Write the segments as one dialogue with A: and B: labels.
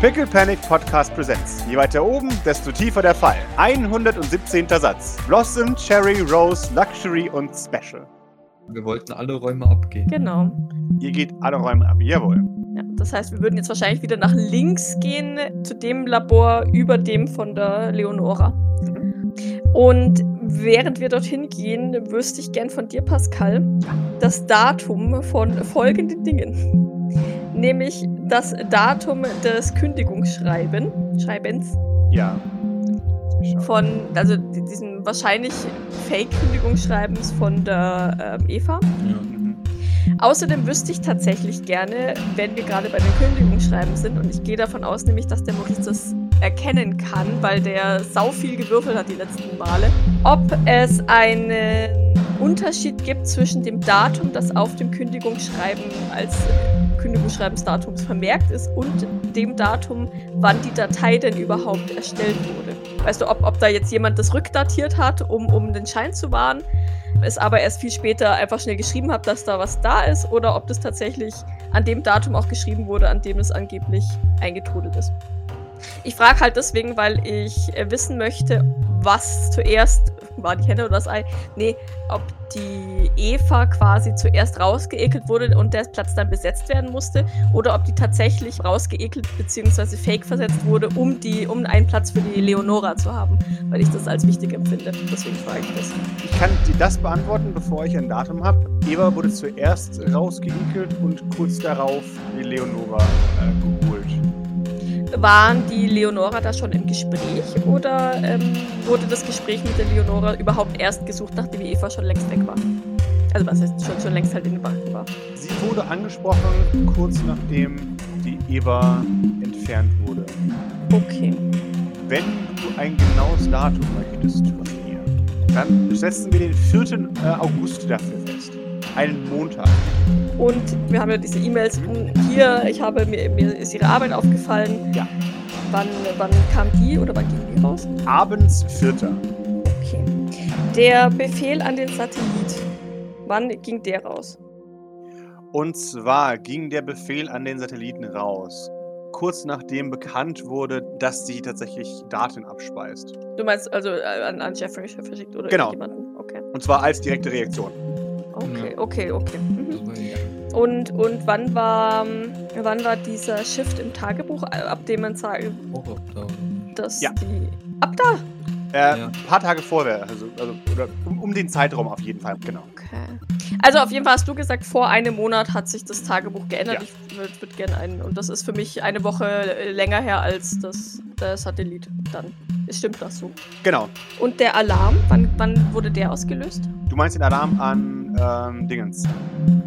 A: Pickle Panic Podcast Presents. Je weiter oben, desto tiefer der Fall. 117. Satz. Blossom, Cherry, Rose, Luxury und Special.
B: Wir wollten alle Räume abgehen.
C: Genau.
A: Ihr geht alle Räume ab. Jawohl.
C: Ja, das heißt, wir würden jetzt wahrscheinlich wieder nach links gehen zu dem Labor über dem von der Leonora. Und während wir dorthin gehen, wüsste ich gern von dir, Pascal, das Datum von folgenden Dingen. Nämlich das Datum des Kündigungsschreiben, Schreibens
A: Ja. Lass mich schauen.
C: von, also di- diesem wahrscheinlich Fake-Kündigungsschreibens von der ähm, Eva.
A: Mhm.
C: Außerdem wüsste ich tatsächlich gerne, wenn wir gerade bei den Kündigungsschreiben sind, und ich gehe davon aus, nämlich, dass der Moritz das erkennen kann, weil der sau viel gewürfelt hat die letzten Male, ob es einen Unterschied gibt zwischen dem Datum, das auf dem Kündigungsschreiben als Kündigungsschreibensdatum vermerkt ist, und dem Datum, wann die Datei denn überhaupt erstellt wurde. Weißt du, ob, ob da jetzt jemand das rückdatiert hat, um, um den Schein zu wahren, es aber erst viel später einfach schnell geschrieben habe, dass da was da ist oder ob das tatsächlich an dem Datum auch geschrieben wurde, an dem es angeblich eingetrudelt ist. Ich frage halt deswegen, weil ich äh, wissen möchte, was zuerst war die Henne oder das Ei? Nee, ob die Eva quasi zuerst rausgeekelt wurde und der Platz dann besetzt werden musste oder ob die tatsächlich rausgeekelt bzw. fake versetzt wurde, um die um einen Platz für die Leonora zu haben, weil ich das als wichtig empfinde. Deswegen frage ich das.
A: Ich kann dir das beantworten, bevor ich ein Datum habe. Eva wurde zuerst rausgeekelt und kurz darauf die Leonora äh, geholt.
C: Waren die Leonora da schon im Gespräch oder ähm, wurde das Gespräch mit der Leonora überhaupt erst gesucht, nachdem die Eva schon längst weg war? Also was heißt schon, schon längst halt in den Banken war.
A: Sie wurde angesprochen, kurz nachdem die Eva entfernt wurde.
C: Okay.
A: Wenn du ein genaues Datum möchtest von mir, dann setzen wir den 4. äh, August dafür fest. Einen Montag.
C: Und wir haben ja diese E-Mails mh, hier, ich habe mir, mir ist ihre Arbeit aufgefallen.
A: Ja.
C: Wann, wann kam die oder wann ging die raus?
A: Abends 4.
C: Okay. Der Befehl an den Satellit. Wann ging der raus?
A: Und zwar ging der Befehl an den Satelliten raus. Kurz nachdem bekannt wurde, dass sie tatsächlich Daten abspeist.
C: Du meinst also äh, an, an Jeffrey verschickt oder
A: Genau.
C: jemanden? Okay.
A: Und zwar als direkte Reaktion.
C: Okay, okay, okay. Mhm.
B: Also, ja.
C: Und, und wann, war, ähm, wann war dieser Shift im Tagebuch, äh, ab dem man sagt,
B: Horror, da.
C: dass
A: Ja.
C: die. Ab da!
A: Äh,
B: Ja.
A: Ein paar Tage vorher, also, also oder um, um den Zeitraum auf jeden Fall, genau.
C: Okay. Also auf jeden Fall hast du gesagt, vor einem Monat hat sich das Tagebuch geändert.
A: Ja.
C: Ich würde würd gerne einen. Und das ist für mich eine Woche äh, länger her als das, der Satellit dann. Es stimmt das so.
A: Genau.
C: Und der Alarm, wann, wann wurde der ausgelöst?
A: Du meinst den Alarm an ähm, Dingens.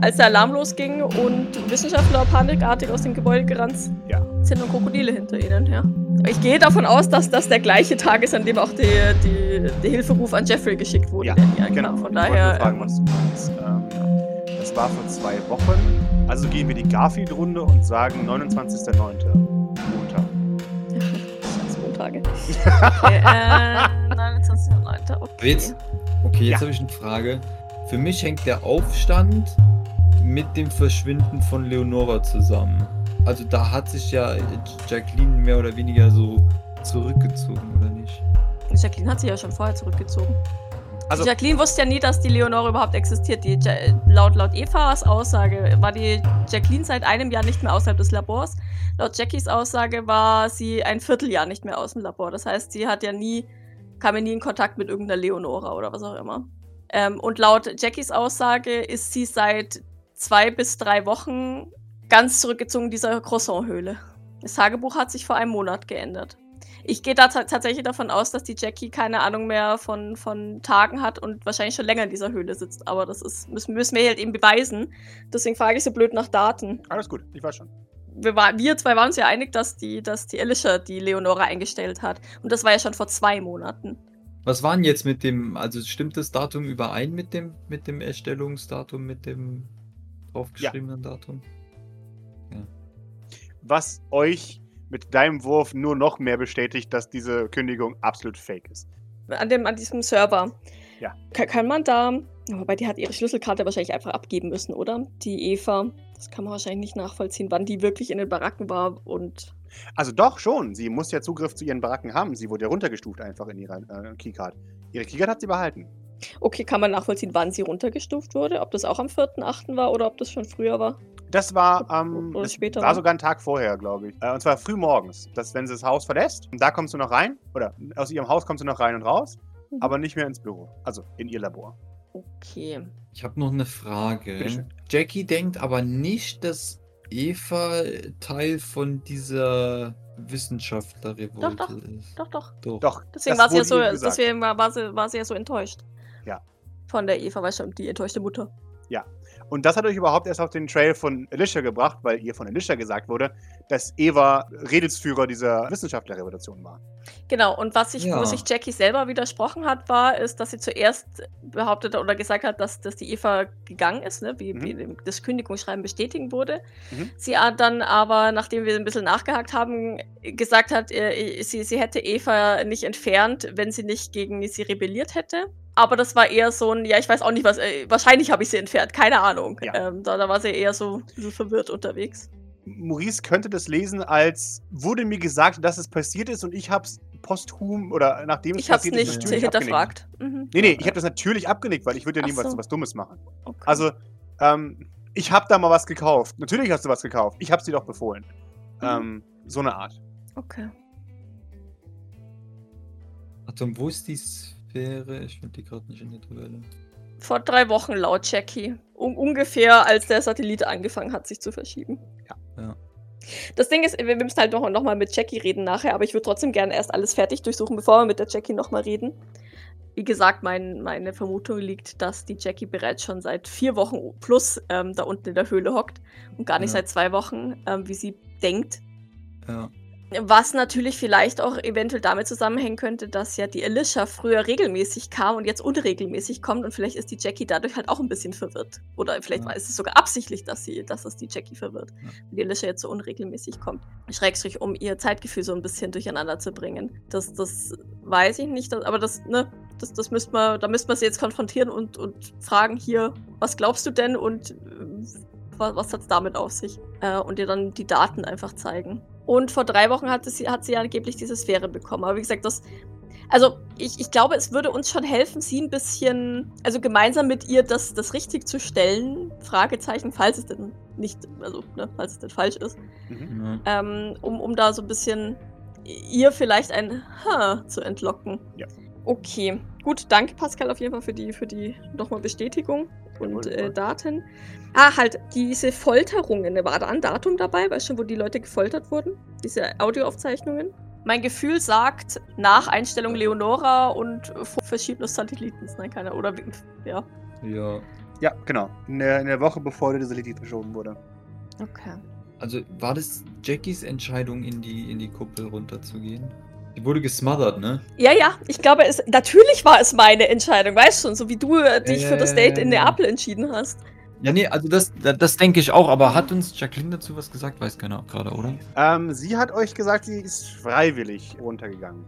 C: Als der Alarm losging und Wissenschaftler panikartig aus dem Gebäude gerannt
A: Ja.
C: sind nur Krokodile hinter ihnen, ja. Ich gehe davon aus, dass das der gleiche Tag ist, an dem auch die, die, der Hilferuf an Jeffrey geschickt wurde.
A: Ja,
C: der hier ankam.
A: Genau.
C: Von
A: ich wollte nur
C: daher.
A: Fragen,
C: ähm,
A: was du meinst. Ähm, das war vor zwei Wochen. Also gehen wir die Garfield-Runde und sagen 29.09. Montag.
C: Scheiß Montage. Okay, äh, 29.09. Okay.
B: Jetzt, okay, jetzt
A: Ja.
B: habe ich eine Frage. Für mich hängt der Aufstand mit dem Verschwinden von Leonora zusammen. Also da hat sich ja Jacqueline mehr oder weniger so zurückgezogen, oder nicht?
C: Jacqueline hat sich ja schon vorher zurückgezogen.
A: Also-
C: Also, Jacqueline wusste ja nie, dass die Leonore überhaupt existiert. Die, Ja- laut, laut Evas Aussage war die Jacqueline seit einem Jahr nicht mehr außerhalb des Labors. Laut Jackies Aussage war sie ein Vierteljahr nicht mehr aus dem Labor. Das heißt, sie hat ja nie, kam ja nie in Kontakt mit irgendeiner Leonora oder was auch immer. Ähm, und laut Jackies Aussage ist sie seit zwei bis drei Wochen ganz zurückgezogen in dieser Croissant-Höhle. Das Tagebuch hat sich vor einem Monat geändert. Ich gehe da ta- tatsächlich davon aus, dass die Jackie keine Ahnung mehr von, von Tagen hat und wahrscheinlich schon länger in dieser Höhle sitzt. Aber das ist, müssen, müssen wir halt eben beweisen. Deswegen frage ich so blöd nach Daten.
A: Alles gut, ich weiß schon.
C: Wir, war, wir zwei waren uns ja einig, dass die, dass die Alicia die Leonora eingestellt hat. Und das war ja schon vor zwei Monaten.
B: Was waren jetzt mit dem, also stimmt das Datum überein mit dem, mit dem Erstellungsdatum, mit dem draufgeschriebenen Datum?
A: Was euch mit deinem Wurf nur noch mehr bestätigt, dass diese Kündigung absolut fake ist.
C: An, dem, an diesem Server.
A: Ja.
C: Kann, kann man da Wobei die hat ihre Schlüsselkarte wahrscheinlich einfach abgeben müssen, oder? Die Eva, das kann man wahrscheinlich nicht nachvollziehen, wann die wirklich in den Baracken war und.
A: Also doch schon, sie muss ja Zugriff zu ihren Baracken haben. Sie wurde ja runtergestuft einfach in ihrer äh, Keycard. Ihre Keycard hat sie behalten.
C: Okay, kann man nachvollziehen, wann sie runtergestuft wurde? Ob das auch am 4.8. war oder ob das schon früher war?
A: Das war, ähm,
C: Oder
A: das
C: später,
A: war
C: ne?
A: sogar ein Tag vorher, glaube ich. Äh, und zwar früh morgens, dass wenn sie das Haus verlässt, da kommst du noch rein, oder aus ihrem Haus kommst du noch rein und raus,
C: Mhm.
A: aber nicht mehr ins Büro, also in ihr Labor.
C: Okay.
B: Ich habe noch eine Frage.
A: Bitteschön.
B: Jackie denkt aber nicht, dass Eva Teil von dieser Wissenschaftlerrevolte
C: Doch,
B: ist.
C: Doch, doch.
A: Doch,
C: Deswegen war
A: das
C: sie, ja
A: wurde
C: so,
A: ihr gesagt.
C: deswegen war, war, sie, war sie ja so enttäuscht.
A: Ja.
C: Von der Eva war schon die enttäuschte Mutter.
A: Und das hat euch überhaupt erst auf den Trail von Alicia gebracht, weil ihr von Alicia gesagt wurde, dass Eva Redelsführer dieser Wissenschaftlerrevolution war.
C: Genau, und was sich,
B: Ja.
C: wo sich Jackie selber widersprochen hat, war, ist, dass sie zuerst behauptet oder gesagt hat, dass, dass die Eva gegangen ist, ne, wie,
A: Mhm.
C: wie dem- das Kündigungsschreiben bestätigen wurde.
A: Mhm.
C: Sie hat dann aber, nachdem wir ein bisschen nachgehakt haben, gesagt hat, äh, sie, sie hätte Eva nicht entfernt, wenn sie nicht gegen sie rebelliert hätte. Aber das war eher so ein, ja, ich weiß auch nicht, was, äh, wahrscheinlich habe ich sie entfernt, keine Ahnung.
A: Ja.
C: Ähm, da, da war sie eher so, so verwirrt unterwegs.
A: Maurice könnte das lesen als wurde mir gesagt, dass es passiert ist und ich hab's posthum oder nachdem es
C: Ich habe es
A: passiert ist,
C: nicht
B: natürlich
C: äh,
A: natürlich abgenickt.
C: hinterfragt. Mhm.
A: Nee, nee, ich habe das natürlich abgenickt, weil ich würde ja
C: Ach
A: niemals
C: so.
A: so. was Dummes machen.
C: Okay.
A: Also, ähm, ich habe da mal was gekauft. Natürlich hast du was gekauft. Ich habe dir doch befohlen.
C: Mhm.
A: Ähm, so eine Art.
C: okay.
B: Atom, wo ist die Sphäre? Ich finde die gerade nicht in der Tabelle.
C: Vor drei Wochen laut Jackie. Un ungefähr, als der Satellit angefangen hat, sich zu verschieben.
A: Ja.
B: Ja.
C: Das Ding ist, wir müssen halt nochmal noch mal mit Jackie reden nachher, aber ich würde trotzdem gerne erst alles fertig durchsuchen, bevor wir mit der Jackie nochmal reden. Wie gesagt, mein, meine Vermutung liegt, dass die Jackie bereits schon seit vier Wochen plus ähm, da unten in der Höhle hockt und gar nicht
B: Ja.
C: seit zwei Wochen, ähm, wie sie denkt.
B: Ja.
C: Was natürlich vielleicht auch eventuell damit zusammenhängen könnte, dass ja die Alicia früher regelmäßig kam und jetzt unregelmäßig kommt und vielleicht ist die Jackie dadurch halt auch ein bisschen verwirrt. Oder vielleicht
B: Ja.
C: war- ist es sogar absichtlich, dass sie, dass es die Jackie verwirrt,
B: Ja.
C: wenn die Alicia jetzt so unregelmäßig kommt. Schrägstrich, um ihr Zeitgefühl so ein bisschen durcheinander zu bringen. Das, das weiß ich nicht, das- aber das, ne, das, das müsste man, da müsste man sie jetzt konfrontieren und, und fragen hier, was glaubst du denn und äh, was, was hat es damit auf sich? Äh, und ihr dann die Daten einfach zeigen. Und vor drei Wochen hatte sie, hat sie ja angeblich diese Sphäre bekommen. Aber wie gesagt, das. Also, ich, ich glaube, es würde uns schon helfen, sie ein bisschen, also gemeinsam mit ihr das, das richtig zu stellen, Fragezeichen, falls es denn nicht, also, ne, falls es denn falsch ist,
A: Mhm.
B: ja.
C: ähm, um, um da so ein bisschen ihr vielleicht ein Ha zu entlocken.
A: Ja.
C: Okay, gut, danke Pascal auf jeden Fall für die, für die nochmal Bestätigung und
A: Jawohl,
C: äh,
A: jawohl.
C: Daten. Ah, halt, diese Folterungen, war da ein Datum dabei? Weißt du, wo die Leute gefoltert wurden? Diese Audioaufzeichnungen? Mein Gefühl sagt, nach Einstellung Leonora und vor Verschiebung des Satellitens, nein, keiner, oder, wie- ja.
B: ja.
A: Ja, genau. In der, in der Woche, bevor der Satellit verschoben wurde.
C: Okay.
B: Also war das Jackies Entscheidung, in die, in die Kuppel runterzugehen? Die wurde gesmothert, ne?
C: Ja, ja, ich glaube, es, natürlich war es meine Entscheidung, weißt schon, so wie du äh, dich für das Date in
B: Ähm.
C: Neapel entschieden hast.
B: Ja, nee, also das, das, das denke ich auch, aber hat uns Jacqueline dazu was gesagt? Weiß keiner gerade, oder?
A: Ähm, sie hat euch gesagt, sie ist freiwillig runtergegangen.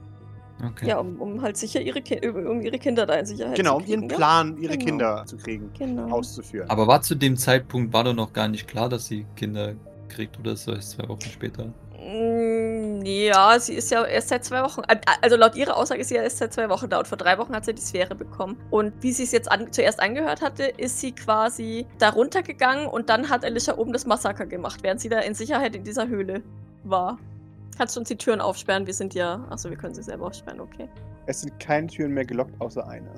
B: Okay.
C: Ja, um, um halt sicher ihre, Ki um um ihre Kinder da in Sicherheit
A: genau,
C: zu
A: um ihren
C: kriegen.
A: Plan, ihre
C: Genau.
A: Kinder zu kriegen,
C: ja? Genau.
A: auszuführen.
B: Aber war zu dem Zeitpunkt, war doch noch gar nicht klar, dass sie Kinder kriegt oder ist das erst zwei Wochen später?
C: Mm, Ja, sie ist ja erst seit zwei Wochen. äh, Also laut ihrer Aussage ist sie ja erst seit zwei Wochen da und vor drei Wochen hat sie die Sphäre bekommen. Und wie sie es jetzt an, zuerst angehört hatte, ist sie quasi da runtergegangen und dann hat Alicia oben das Massaker gemacht, während sie da in Sicherheit in dieser Höhle war. Kannst du uns die Türen aufsperren? Wir sind ja. Achso, wir können sie selber aufsperren, okay.
A: es sind keine Türen mehr gelockt, außer eine.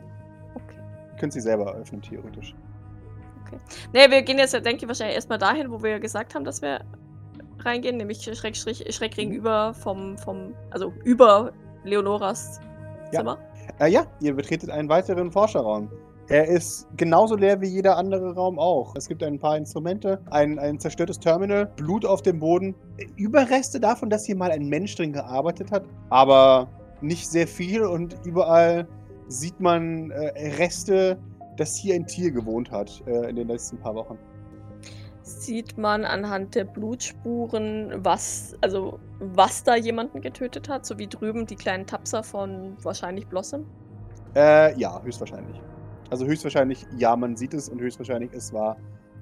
C: Okay.
A: Ihr könnt sie selber öffnen, theoretisch.
C: Nee, wir gehen jetzt, denke ich, wahrscheinlich erstmal dahin, wo wir ja gesagt haben, dass wir reingehen, nämlich schräg, schräg, schräg gegenüber vom, vom, also über Leonoras
A: Ja.
C: Zimmer.
A: Äh, ja, ihr betretet einen weiteren Forscherraum. Er ist genauso leer wie jeder andere Raum auch. Es gibt ein paar Instrumente, ein, ein zerstörtes Terminal, Blut auf dem Boden, Überreste davon, dass hier mal ein Mensch drin gearbeitet hat, aber nicht sehr viel und überall sieht man äh, Reste, dass hier ein Tier gewohnt hat äh, in den letzten paar Wochen.
C: Sieht man anhand der Blutspuren, was, also was da jemanden getötet hat, so wie drüben die kleinen Tapser von wahrscheinlich Blossom.
A: Äh, ja, höchstwahrscheinlich. Also höchstwahrscheinlich, ja, man sieht es und höchstwahrscheinlich, es war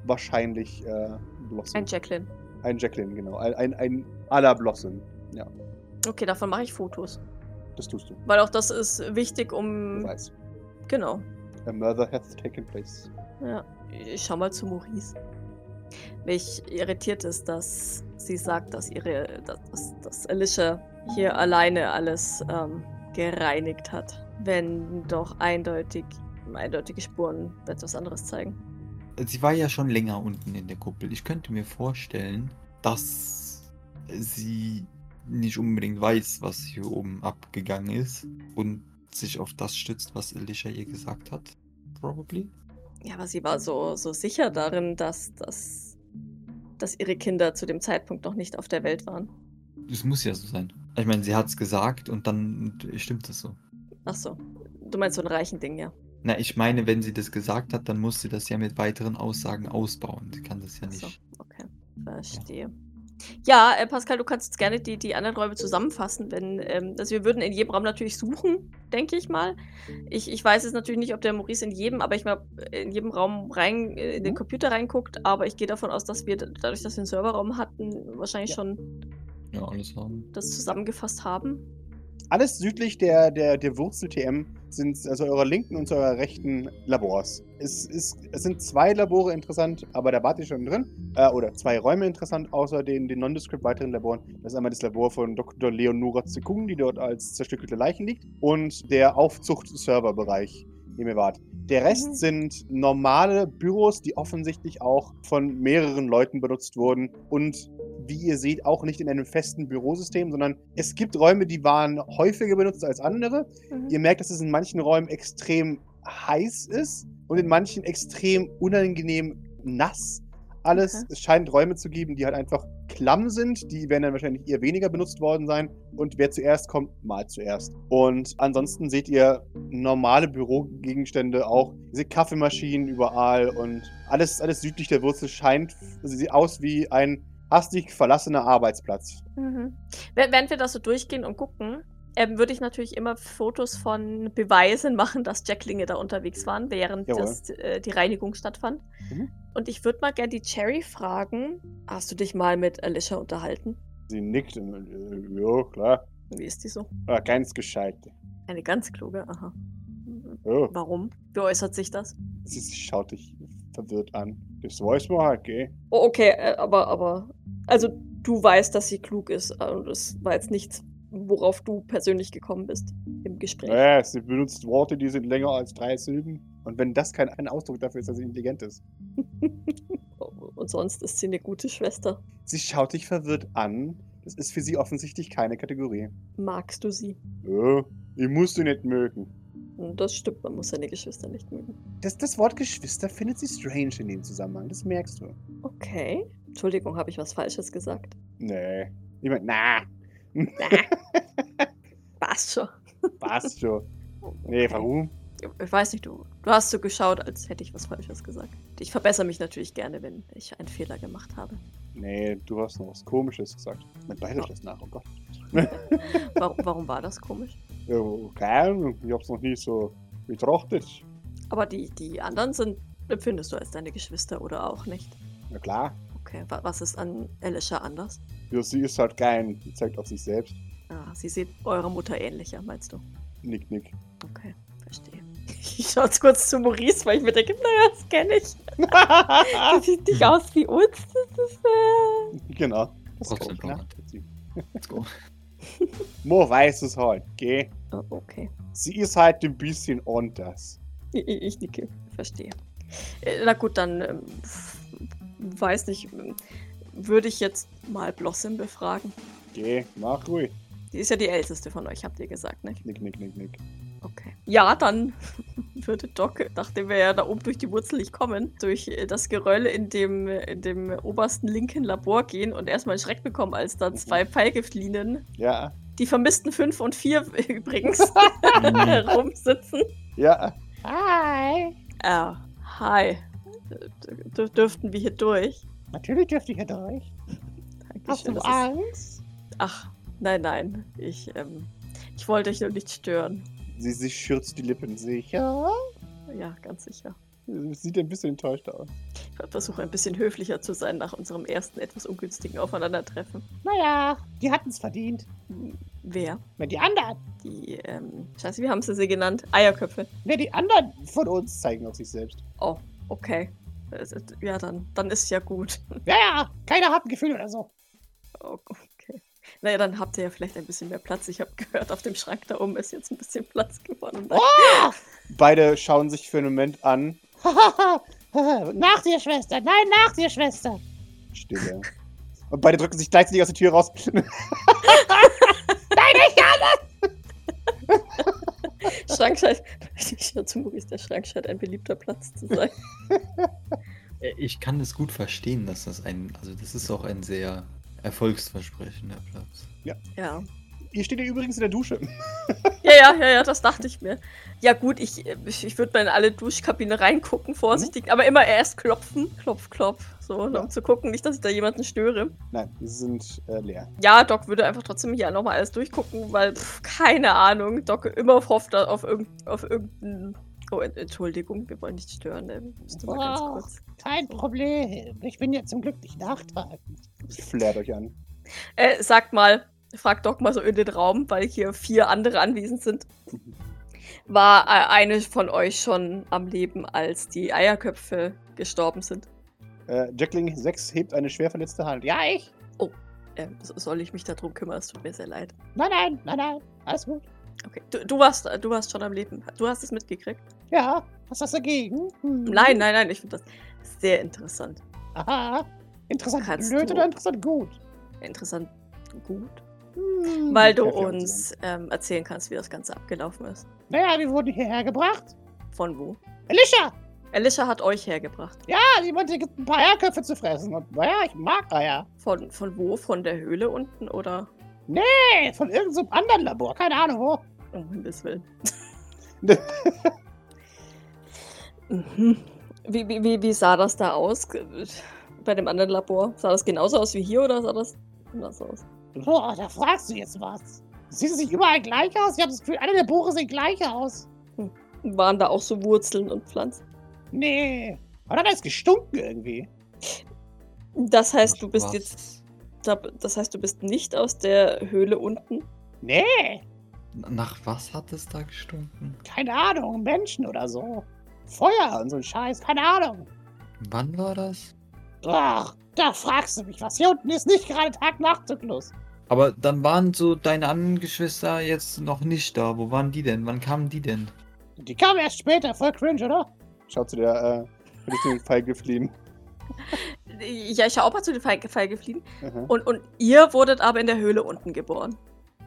A: wahrscheinlich äh, Blossom.
C: Ein Jacqueline.
A: Ein Jacqueline, genau. Ein, ein, ein à la Blossom.
C: Okay, davon mache ich Fotos.
A: Das tust du.
C: Weil auch das ist wichtig,
A: Du
C: um.
A: weißt.
C: Genau.
A: A murder hath taken place.
C: Ja. Ich schau mal zu Maurice. Mich irritiert es, dass sie sagt, dass ihre. dass, dass Alicia hier alleine alles ähm, gereinigt hat. Wenn doch eindeutig eindeutige Spuren etwas anderes zeigen.
B: Sie war ja schon länger unten in der Kuppel. Ich könnte mir vorstellen, dass sie nicht unbedingt weiß, was hier oben abgegangen ist und sich auf das stützt, was Alicia ihr gesagt hat. Probably.
C: Ja, aber sie war so, so sicher darin, dass, dass, dass ihre Kinder zu dem Zeitpunkt noch nicht auf der Welt waren.
B: Es muss ja so sein. Ich meine, sie hat es gesagt und dann stimmt es so.
C: Ach so. Du meinst so ein reichen Ding, ja.
B: Na, ich meine, wenn sie das gesagt hat, dann muss sie das ja mit weiteren Aussagen ausbauen. Sie kann das ja
C: Ach
B: nicht.
C: so, okay. Verstehe. Ja, äh, Pascal, du kannst jetzt gerne die, die anderen Räume zusammenfassen, wenn, ähm, also wir würden in jedem Raum natürlich suchen, denke ich mal. Ich, ich weiß jetzt natürlich nicht, ob der Maurice in jedem, aber ich mal in jedem Raum rein, äh, in den Computer reinguckt, aber ich gehe davon aus, dass wir, d- dadurch, dass wir einen Serverraum hatten, wahrscheinlich
A: Ja.
C: schon
B: Ja, alles haben.
C: das zusammengefasst haben.
A: Alles südlich der, der, der Wurzel-TM sind also eurer linken und zu eurer rechten Labors. Es, ist, es sind zwei Labore interessant, aber da wart ihr schon drin. Äh, oder zwei Räume interessant, außer den, den Nondescript weiteren Laboren. Das ist einmal das Labor von Dr. Leonora Zekung, die dort als zerstückelte Leichen liegt, und der Aufzucht-Server-Bereich, in dem ihr wart. Der Rest
C: Mhm.
A: sind normale Büros, die offensichtlich auch von mehreren Leuten benutzt wurden und wie ihr seht, auch nicht in einem festen Bürosystem, sondern es gibt Räume, die waren häufiger benutzt als andere. Ihr merkt, dass es in manchen Räumen extrem heiß ist und in manchen extrem unangenehm nass. Alles.
C: Okay.
A: Es scheint Räume zu geben, die halt einfach klamm sind. Die werden dann wahrscheinlich eher weniger benutzt worden sein. Und wer zuerst kommt, malt zuerst. Und ansonsten seht ihr normale Bürogegenstände auch. Ihr seht Kaffeemaschinen überall und alles, alles südlich der Wurzel scheint, also sieht aus wie ein hastig verlassener Arbeitsplatz.
C: Mhm. Wäh- Während wir das so durchgehen und gucken, ähm, würde ich natürlich immer Fotos von Beweisen machen, dass Jacklinge da unterwegs waren, während
A: Jawohl.
C: das, äh, die Reinigung stattfand.
A: Mhm.
C: Und ich würde mal gerne die Cherry fragen, hast du dich mal mit Alicia unterhalten?
A: Sie nickt. und, äh, Ja, klar. Ah,
C: Wie ist die so?
A: Ja, ganz gescheit.
C: Eine ganz kluge, aha.
A: Ja.
C: Warum? Wie äußert sich das?
A: Sie, sie schaut dich verwirrt an. Das weiß man halt, gell?
C: Oh, okay, äh, aber, aber, also du weißt, dass sie klug ist äh, und es war jetzt nichts, worauf du persönlich gekommen bist im Gespräch.
A: Naja, Äh, sie benutzt Worte, die sind länger als drei Silben. Und wenn das kein ein Ausdruck dafür ist, dass sie intelligent ist.
C: Und sonst ist sie eine gute Schwester.
A: Sie schaut dich verwirrt an. Das ist für sie offensichtlich keine Kategorie.
C: Magst du sie? Hm,
A: Ja, ich muss sie nicht mögen.
C: Das stimmt, man muss seine Geschwister nicht mögen.
A: Das, das Wort Geschwister findet sie strange in dem Zusammenhang. Das merkst du.
C: Okay. Entschuldigung, habe ich was Falsches gesagt?
A: Nee. Ich mein, na,
C: Was schon?
A: passt schon. Nee, warum?
C: Ich weiß nicht, du, du hast so geschaut, als hätte ich was Falsches gesagt. Ich verbessere mich natürlich gerne, wenn ich einen Fehler gemacht habe.
A: Nee, du hast noch was Komisches gesagt. Mein Bein ist das nach, oh Gott.
C: Warum, warum war das komisch?
A: Ja, Äh, keine Ahnung, ich hab's noch nie so betrachtet.
C: Aber die, die anderen sind, empfindest du als deine Geschwister oder auch nicht?
A: Na klar.
C: Okay, wa was ist an Alicia anders?
A: Ja, sie ist halt kein, sie zeigt auf sich selbst.
C: Ah, sie sieht eurer Mutter ähnlicher, meinst du?
A: Nick, nick.
C: Okay, verstehe. Ich schaue jetzt kurz zu Maurice, weil ich mir denke, naja, das kenne ich. Das sieht nicht aus wie uns. Das ist, äh...
A: genau. Das
B: Gott sei
A: kann ich
B: Dank.
A: nachvollziehen.
B: Let's go.
A: Mo weiß es halt, gell?
C: oh, Okay,
A: Sie ist halt ein bisschen anders.
C: ich, ich ich nicke. Verstehe. Äh, Na gut, dann ähm, pf- weiß nicht, ähm, würde ich jetzt mal Blossom befragen.
A: Geh, mach ruhig.
C: Die ist ja die älteste von euch, habt ihr gesagt, ne?
A: Nick, nick, nick, nick.
C: Okay. Ja, dann würde Doc, nachdem wir ja da oben durch die Wurzel nicht kommen, durch äh, das Geröll in dem, äh, in dem obersten linken Labor gehen und erstmal einen Schreck bekommen, als da
A: Mhm.
C: zwei Pfeilgiftlinien,
A: Ja,
C: die vermissten 5 und 4 übrigens,
B: Mhm.
C: rumsitzen.
A: ja.
C: Hi. Ah, hi. D- dür- dürften wir hier durch?
A: Natürlich dürft ihr hier durch.
C: Dankeschön, das ist-
A: Angst?
C: Ach, nein, nein. Ich, ähm, ich wollte euch nur nicht stören.
A: Sie, sie schürzt die Lippen. Sicher?
C: Ja, ganz sicher.
A: Sieht ein bisschen enttäuscht aus.
C: Ich versuche ein bisschen höflicher zu sein nach unserem ersten etwas ungünstigen Aufeinandertreffen.
D: Naja, die hatten es verdient.
C: Wer?
D: Wenn die anderen,
C: Die, ähm, scheiße, wie haben sie sie genannt? Eierköpfe.
A: Ne, die anderen von uns zeigen auf sich selbst.
C: Oh, okay. Äh, Ja, dann, dann ist ja gut.
D: ja, ja, keiner hat ein Gefühl oder so.
C: Oh, Okay. Naja, dann habt ihr ja vielleicht ein bisschen mehr Platz. Ich habe gehört, auf dem Schrank da oben ist jetzt ein bisschen Platz geworden.
A: Beide schauen sich für einen Moment an.
D: nach dir, Schwester. Nein, nach dir, Schwester.
A: Stille. Und beide drücken sich gleichzeitig aus der Tür raus.
C: Schrank scheint, ich höre zu Maurice, der Schrank scheint ein beliebter Platz zu sein.
B: Äh, Ich kann es gut verstehen, dass das ein, also das ist auch ein sehr erfolgsversprechender Platz.
C: Ja.
A: Ihr steht ja übrigens in der Dusche.
C: Ja, ja, ja, ja, das dachte ich mir. Ja, gut, ich, äh, ich, ich würde mal in alle Duschkabine reingucken, vorsichtig, aber immer erst klopfen. Klopf, klopf. So,
A: Ja.
C: um zu gucken, nicht, dass ich da jemanden störe.
A: Nein, sie sind äh, leer.
C: Ja, Doc würde einfach trotzdem hier nochmal alles durchgucken, weil, pff, keine Ahnung, Doc immer hofft da auf, irgend, auf irgendeinen. Oh, Ent- Entschuldigung, wir wollen nicht stören. Ähm, müsste mal ganz
D: Ach.
C: kurz.
D: Kein Problem. Ich bin ja zum Glück nicht nachtragend.
A: Sie flärt euch an.
C: Äh, sagt mal, fragt Doc mal so in den Raum, weil hier vier andere anwesend sind. War äh, eine von euch schon am Leben, als die Eierköpfe gestorben sind?
A: Äh, Jackling 6 hebt eine schwer verletzte Hand. Ja,
D: Ja, ich?
C: Ähm, so- soll ich mich darum kümmern? Es tut mir sehr leid.
D: Nein, nein, nein, nein. Alles gut.
C: Okay. Du, du, warst, du warst schon am Leben. Du hast es mitgekriegt?
D: Ja, was hast du dagegen? Hm.
C: Nein, ne? nein, nein. Ich finde das sehr interessant.
D: Aha. Interessant
C: Kannst
D: blöd
C: du-
D: oder interessant gut?
C: Interessant gut.
D: Hm.
C: Weil du
A: perfekt, ja.
C: uns ähm, erzählen kannst, wie das Ganze abgelaufen ist.
D: Naja, wir wurden hierher gebracht.
C: Von wo?
D: Alicia!
C: Alicia hat euch hergebracht.
D: Ah, jemand hier gibt ein paar Eierköpfe zu fressen. Und naja, ich mag Eier.
C: Von, von wo? Von der Höhle unten oder?
D: Hey, von irgendeinem anderen Labor, keine Ahnung wo.
C: Um Himmels Willen. Mhm. wie, wie, wie, wie sah das da aus? Bei dem anderen Labor? Sah das genauso aus wie hier oder sah das anders aus?
D: Boah, oh, da fragst du jetzt was. Sieht es nicht überall gleich aus? Ich habe das Gefühl, alle Labore sehen gleich aus.
C: Waren da auch so Wurzeln und Pflanzen?
D: Nee. Aber dann hat es gestunken irgendwie.
C: Das heißt, du bist
B: Was?
C: jetzt. Das heißt, du bist nicht aus der Höhle unten?
D: Nee,
B: Nach was hat es da gestunken?
D: keine Ahnung, Menschen oder so. Feuer und so ein Scheiß, keine Ahnung.
B: Wann war das?
D: Ach, da fragst du mich was. Hier unten ist nicht gerade Tag-Nacht-Zyklus.
B: Aber dann waren so deine anderen Geschwister jetzt noch nicht da. Wo waren die denn? Wann kamen die denn?
D: Die kam erst später, voll cringe, oder?
A: Schaut zu der äh, Richtung Feige fliehen.
C: Ja, ich habe auch mal zu den Feige, Feige fliegen.
A: Aha.
C: Und, und ihr wurdet aber in der Höhle unten geboren.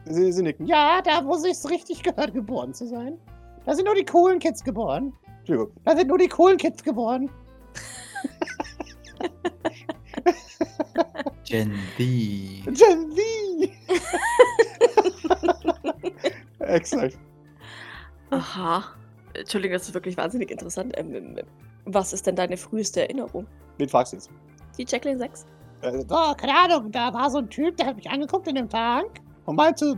A: Sie, sie nicken. Ja,
D: Ja, da muss ich's richtig gehört, geboren zu sein. Da sind nur die coolen Kids geboren.
A: Entschuldigung.
D: Da sind nur die coolen Kids geboren.
B: Gen V.
A: Gen Z! Exakt.
C: Aha. Entschuldigung, das ist wirklich wahnsinnig interessant. Ähm, ähm, was ist denn deine früheste Erinnerung?
A: Wen fragst du jetzt?
C: Die Jacqueline 6?
A: Äh,
D: Oh, keine Ahnung, da war so ein Typ, der hat mich angeguckt in dem Tank und meinte,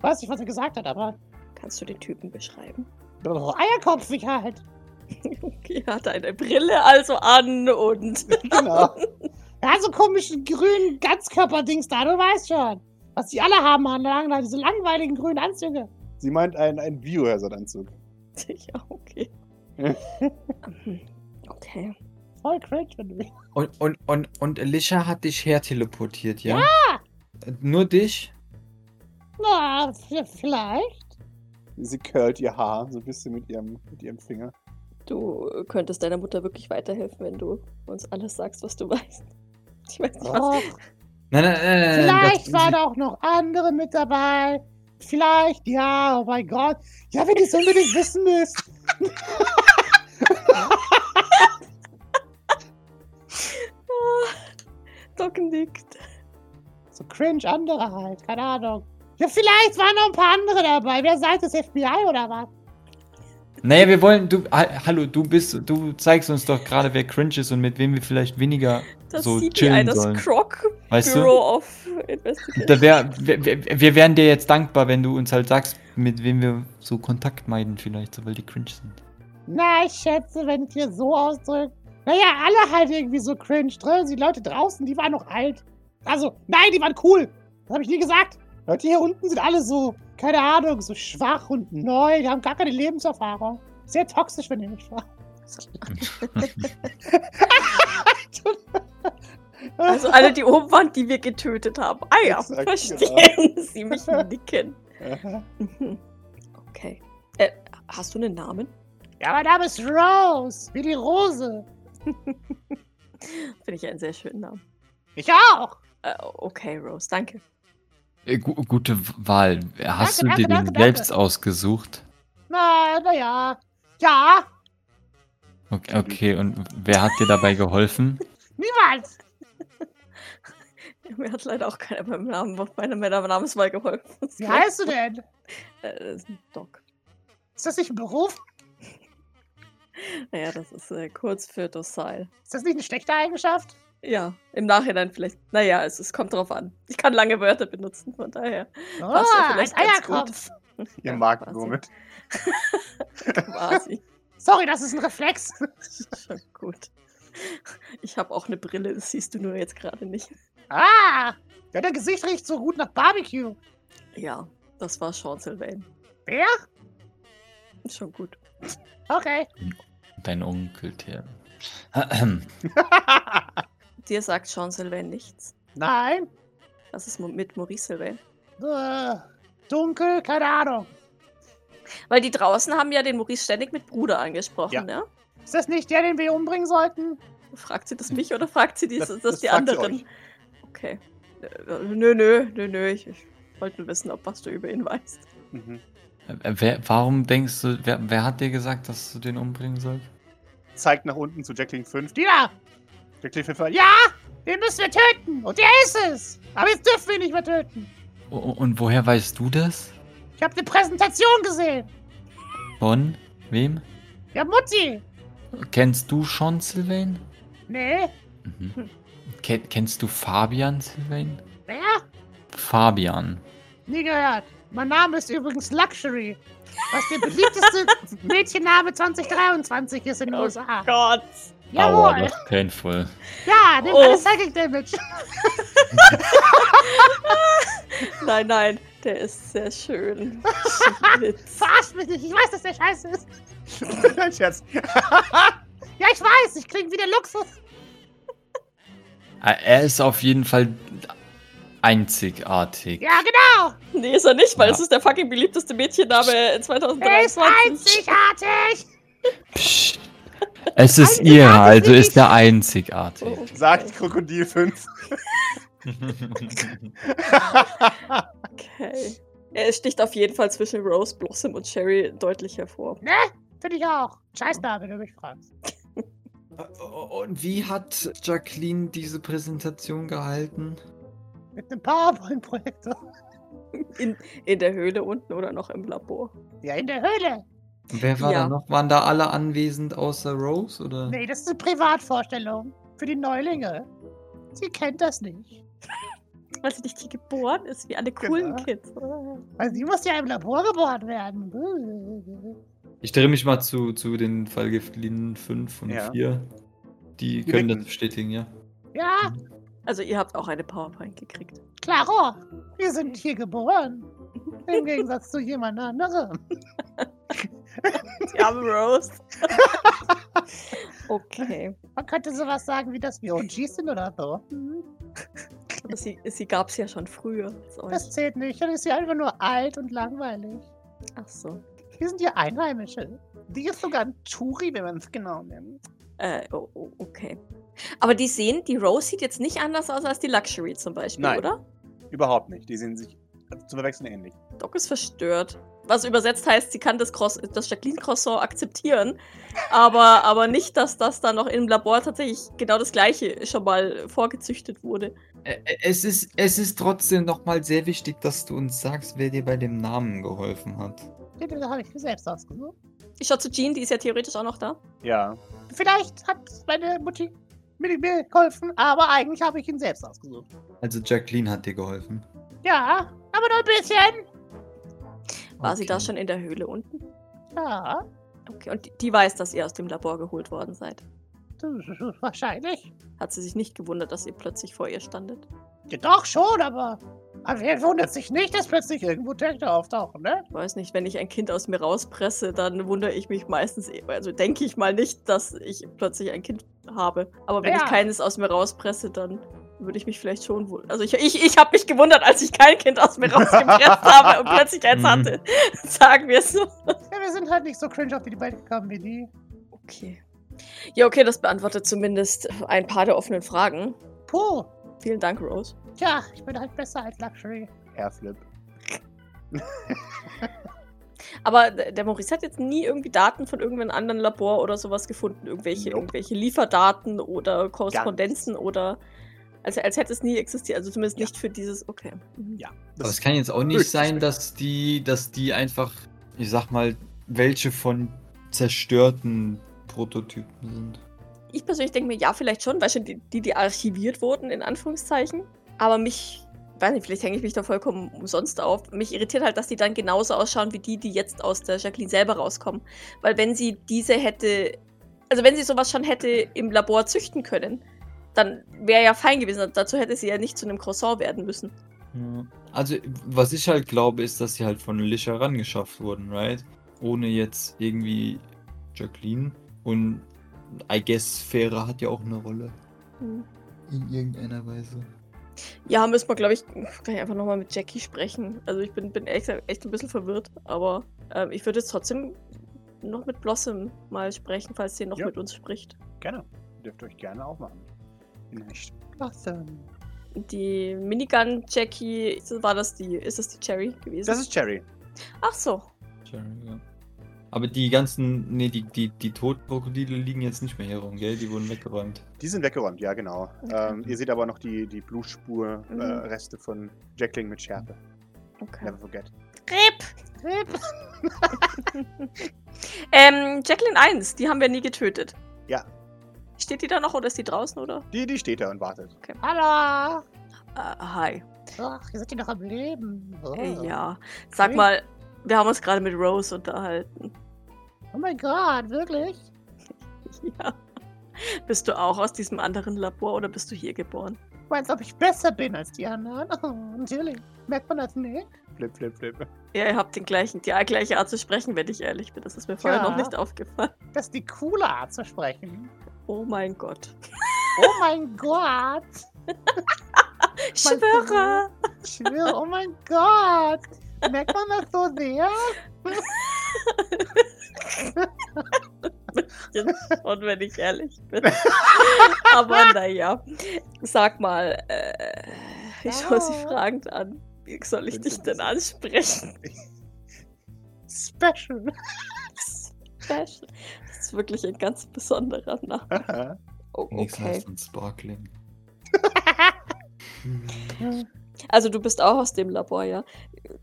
D: weiß nicht, was er gesagt hat, aber
C: Kannst du den Typen beschreiben?
D: oh, Eierkopf ich halt.
C: Okay, er hat eine Brille also an und
A: genau.
D: Ja, so komischen grünen Ganzkörperdings da, du weißt schon. Was die alle haben an lang, diese langweiligen grünen Anzüge.
A: Sie meint einen, einen Biohazard-Anzug.
C: ja, okay. Mhm. okay.
D: Voll cringe, wenn du mich.
B: Und, und, und, und Alicia hat dich herteleportiert, ja?
D: Ja!
B: Äh, Nur dich?
D: Na, v- vielleicht.
A: Sie curlt ihr Haar so ein bisschen mit ihrem, mit ihrem Finger.
C: Du könntest deiner Mutter wirklich weiterhelfen, wenn du uns alles sagst, was du weißt. Ich weiß
B: Ah.
C: nicht, was.
D: Oh,
B: Nein, nein, nein, nein. nein,
D: vielleicht
B: das-
D: waren auch noch andere mit dabei. Vielleicht, ja, oh mein Gott. Ja, wenn ihr es unbedingt wissen müsst.
C: Doc nickt.
D: So cringe andere halt, keine Ahnung. Ja, vielleicht waren noch ein paar andere dabei. Wer seid das FBI oder was?
B: Naja, wir wollen, du, ha- hallo, du bist, du zeigst uns doch gerade, wer cringe ist und mit wem wir vielleicht weniger,
C: Das
B: So,
C: CPI,
B: chillen
C: das
B: sollen.
C: Croc
B: weißt
C: Bureau
B: du?
C: of Investigation.
B: Da wär, wir, wir- wir wären dir jetzt dankbar, wenn du uns halt sagst, mit wem wir so Kontakt meiden vielleicht, so, weil die cringe sind.
D: Na, ich schätze, wenn ich hier so ausdrücke. Naja, alle halt irgendwie so cringe. drin. Die Leute draußen, die waren noch alt. Also, nein, die waren cool. Das habe ich nie gesagt. Leute hier unten sind alle so, keine Ahnung, so schwach und neu. Die haben gar keine Lebenserfahrung. Sehr toxisch, wenn ihr mich fragt.
C: Also alle, die oben waren, die wir getötet haben. Ah ja,
A: Exakt,
C: verstehen Sie mich nicken.
A: Aha.
C: Mhm. Okay. Äh, hast du einen Namen?
D: ja, mein Name ist Rose, wie die Rose.
C: Finde ich einen sehr schönen Namen.
D: Ich auch.
C: Äh, okay, Rose, danke.
B: Äh, gu gute Wahl. Hast
D: Danke,
B: du dir den
D: danke, danke,
B: selbst ausgesucht?
D: Na, na ja. Ja,
B: Okay, okay, und wer hat dir dabei geholfen?
D: niemand.
C: Mir hat leider auch keiner beim Namen, bei meiner Namenswahl geholfen.
D: Wie heißt du denn?
C: Äh, das ist ein Doc.
D: Ist das nicht ein Beruf?
C: Naja, das ist äh, kurz für Docile.
D: Ist das nicht eine schlechte Eigenschaft?
C: Ja, im Nachhinein vielleicht. Naja, es, es kommt drauf an. Ich kann lange Wörter benutzen, von daher.
D: Oh,
C: Passt ja
D: ein
C: vielleicht ganz gut.
D: Eierkopf.
A: Ihr
C: Ja,
A: mag
C: quasi.
A: womit.
C: Quasi.
D: Sorry, das ist ein Reflex.
C: Schon gut. Ich habe auch eine Brille, das siehst du nur jetzt gerade nicht.
D: Ah, ja, dein Gesicht riecht so gut nach Barbecue.
C: Ja, das war Sean Sylvain.
D: Wer?
C: Schon gut.
D: Okay.
B: Dein Onkel, der.
C: Dir sagt Sean Sylvain nichts.
D: Nein.
C: Was ist mo- mit Maurice Sylvain?
D: Äh, dunkel, keine Ahnung.
C: Weil die draußen haben ja den Maurice ständig mit Bruder angesprochen,
A: Ja.
C: ne?
D: Ist das nicht der, den wir umbringen sollten?
C: Fragt sie das mich oder fragt sie die, das, das, die
A: fragt sie
C: anderen?
A: euch.
C: Okay. Äh, Nö, nö, nö, nö. Ich, ich wollte nur wissen, ob was du über ihn weißt.
A: Mhm.
B: Äh, Wer, warum denkst du, wer, wer hat dir gesagt, dass du den umbringen sollst?
A: Zeigt nach unten zu Jacqueline 5.
D: Die da.
A: Jacqueline 5 ja.
D: Ja, den müssen wir töten. Und der ist es. Aber jetzt dürfen wir ihn nicht mehr töten.
B: O- o- Und woher weißt du das?
D: Ich habe eine Präsentation gesehen.
B: Von wem?
D: Ja, Mutti.
B: Kennst du schon Sylvain?
D: Nee.
B: Mhm. Ken, kennst du Fabian Sylvain?
D: Wer?
B: Fabian.
D: Nie gehört. Mein Name ist übrigens Luxury. Was der beliebteste Mädchenname 2023 ist in den
C: Oh
D: USA.
B: Aua,
C: Gott!
B: ne?
D: Jawohl.
B: das ist painful.
D: Ja, nimm
C: Oh.
D: alle Psychic Damage.
C: Nein, nein, der ist sehr schön. Schlitz.
D: Verarsch mich nicht. Ich weiß, dass der scheiße ist.
A: Nein, Scherz.
D: Ja, ich weiß. Ich krieg wieder Luxus.
B: Ä- Ah, Er ist auf jeden Fall einzigartig.
D: Ja, genau.
C: Nee, ist er nicht, weil
B: Ja.
C: es ist der fucking beliebteste Mädchenname in
D: Er ist
C: 2023.
D: einzigartig.
B: Psst. Es ist ihr, also ist er einzigartig.
C: Oh, okay.
A: Sagt Krokodil 5.
C: Okay. Er sticht auf jeden Fall zwischen Rose, Blossom und Sherry deutlich hervor.
D: Finde ich auch. Scheißname, wenn du mich fragst.
B: Oh, Und wie hat Jacqueline diese Präsentation gehalten?
D: Mit einem PowerPoint-Projektor.
C: In, in der Höhle unten oder noch im Labor.
D: Ja, in der Höhle.
B: Wer war
C: Ja.
B: da noch? Waren da alle anwesend außer Rose? Oder?
D: Nee, das ist eine Privatvorstellung. Für die Neulinge. Sie kennt das nicht.
C: Weil sie nicht hier geboren ist, wie alle coolen
A: Genau.
C: Kids.
D: Weil sie muss ja im Labor geboren werden.
B: Ich drehe mich mal zu, zu den Fallgiftlinien 5 und
A: Ja.
B: 4. Die
A: Die
B: können
A: nicken.
B: das bestätigen, ja.
D: Ja,
C: Also ihr habt auch eine PowerPoint gekriegt.
D: klaro. Oh, Wir sind hier geboren. Im Gegensatz zu jemand anderem.
C: Die arme Rose. okay.
D: Man könnte sowas sagen, wie dass wir OGs sind oder so. Hm,
C: Aber sie, sie gab es ja schon früher. als euch.
D: Das zählt nicht. Dann ist sie einfach nur alt und langweilig.
C: Ach so.
D: Wir sind hier Einheimische. Die ist sogar ein Turi, wenn man es genau nimmt.
C: Äh, oh, oh, okay. Aber die sehen, die Rose sieht jetzt nicht anders aus als die Luxury zum Beispiel,
A: Nein.
C: oder?
A: Überhaupt nicht. Die sehen sich zu verwechseln ähnlich.
C: Doc ist verstört. Was übersetzt heißt, sie kann das, Cross das Jacqueline Croissant akzeptieren, aber, aber nicht, dass das dann noch im Labor tatsächlich genau das gleiche schon mal vorgezüchtet wurde.
B: Ä- ä- Es ist, es ist trotzdem nochmal sehr wichtig, dass du uns sagst, wer dir bei dem Namen geholfen hat.
D: Den habe ich mir selbst ausgesucht.
C: Ich schaue zu Jean, die ist ja theoretisch auch noch da.
A: Ja.
D: Vielleicht hat meine Mutti mir, mir geholfen, aber eigentlich habe ich ihn selbst ausgesucht.
B: Also Jacqueline hat dir geholfen.
D: Ja, aber nur ein bisschen.
C: War sie da
B: Okay.
C: schon in der Höhle unten?
D: Ja,
C: Okay, und die- die weiß, dass ihr aus dem Labor geholt worden seid.
D: Wahrscheinlich.
C: Hat sie sich nicht gewundert, dass ihr plötzlich vor ihr standet?
D: Ja, doch schon, aber. Aber wer wundert sich nicht, dass plötzlich irgendwo Töchter auftauchen, ne?
C: Ich weiß nicht, wenn ich ein Kind aus mir rauspresse, dann wundere ich mich meistens, eh- also denke ich mal nicht, dass ich plötzlich ein Kind habe. Aber wenn
D: Ja.
C: ich keines aus mir rauspresse, dann würde ich mich vielleicht schon wundern. Also ich, ich, ich habe mich gewundert, als ich kein Kind aus mir rausgepresst habe und plötzlich eins
B: Mhm.
C: hatte. Sagen wir es so.
D: Ja, wir sind halt nicht so cringe auf die Welt gekommen wie die.
C: Okay. Ja, okay, das beantwortet zumindest ein paar der offenen Fragen.
D: Puh.
C: Vielen Dank, Rose.
D: Tja, ich bin halt besser als Luxury.
A: Airflip.
C: Aber d- der Maurice hat jetzt nie irgendwie Daten von irgendeinem anderen Labor oder sowas gefunden. Irgendwelche,
A: Nope.
C: irgendwelche Lieferdaten oder Korrespondenzen oder. Also als hätte es nie existiert. Also zumindest nicht für dieses. Okay. Mhm.
B: Aber es kann jetzt auch nicht
A: höchstens
B: sein, dass die, dass die einfach, ich sag mal, welche von zerstörten Prototypen sind.
C: Ich persönlich denke mir, ja, vielleicht schon, weil schon die, die, die archiviert wurden, in Anführungszeichen. Aber mich. Weiß nicht, vielleicht hänge ich mich da vollkommen umsonst auf. Mich irritiert halt, dass die dann genauso ausschauen wie die, die jetzt aus der Jacqueline selber rauskommen. Weil wenn sie diese hätte, also wenn sie sowas schon hätte im Labor züchten können, dann wäre ja fein gewesen. Dazu hätte sie ja nicht zu einem Croissant werden müssen.
B: Ja. Also, was ich halt glaube, ist, dass sie halt von Lisha rangeschafft wurden, right? Ohne jetzt irgendwie Jacqueline. Und I guess Fähre hat ja auch eine Rolle. In irgendeiner Weise.
C: Ja, müssen wir, glaube ich, kann ich einfach nochmal mit Jackie sprechen. Also ich bin, bin echt, echt ein bisschen verwirrt, aber ähm, ich würde jetzt trotzdem noch mit Blossom mal sprechen, falls sie noch
A: Ja.
C: mit uns spricht.
A: Gerne. Dürft euch gerne aufmachen. Nicht.
D: Awesome.
C: Die Minigun Jackie, war das die, ist das die Cherry gewesen?
A: Das ist Cherry.
C: Ach so.
B: Tja, ja. Aber die ganzen, nee, die, die, die Totkrokodile liegen jetzt nicht mehr hier rum, gell? Die wurden weggeräumt.
A: Die sind weggeräumt, ja, genau.
C: Okay.
A: Ähm, ihr seht aber noch die, die Blutspur,
C: Mhm.
A: äh, Reste von Jackling mit Schärfe.
C: Okay.
A: Never forget.
C: Rip!
D: Rip.
C: Ähm, Jacqueline 1, die haben wir nie getötet.
A: Ja.
C: Steht die da noch oder ist die draußen oder?
A: Die, die steht da und wartet.
D: Hallo.
C: Äh, hi.
D: Ach, ihr seid ja noch am Leben. Oh.
C: Äh, ja. Sag
D: Okay.
C: mal, wir haben uns gerade mit Rose unterhalten.
D: oh mein Gott, wirklich?
C: Ja. Bist du auch aus diesem anderen Labor oder bist du hier geboren?
D: Meinst du, ob ich besser bin als die anderen? Oh, natürlich. Merkt man das nicht?
A: Flip, flip, flip.
C: Ja, ihr habt den gleichen, die gleiche Art zu sprechen, wenn ich ehrlich bin. Das ist mir vorher
D: Ja.
C: noch nicht aufgefallen.
D: Das ist die coole Art zu sprechen.
C: Oh mein Gott.
D: Oh mein Gott. Meinst du
C: Schwörer!
D: Ich schwöre, oh mein Gott. Merkt man das so sehr?
C: Und wenn ich ehrlich bin. Aber naja. Sag mal, äh, ich schaue sie
D: Ja.
C: fragend an. Wie soll ich
A: Bin
C: dich
A: so
C: denn ansprechen?
D: Special.
C: Special. Das ist wirklich ein ganz besonderer Name. Oh,
B: Nichts
C: okay.
B: heißt von Sparkling.
C: Also du bist auch aus dem Labor, ja.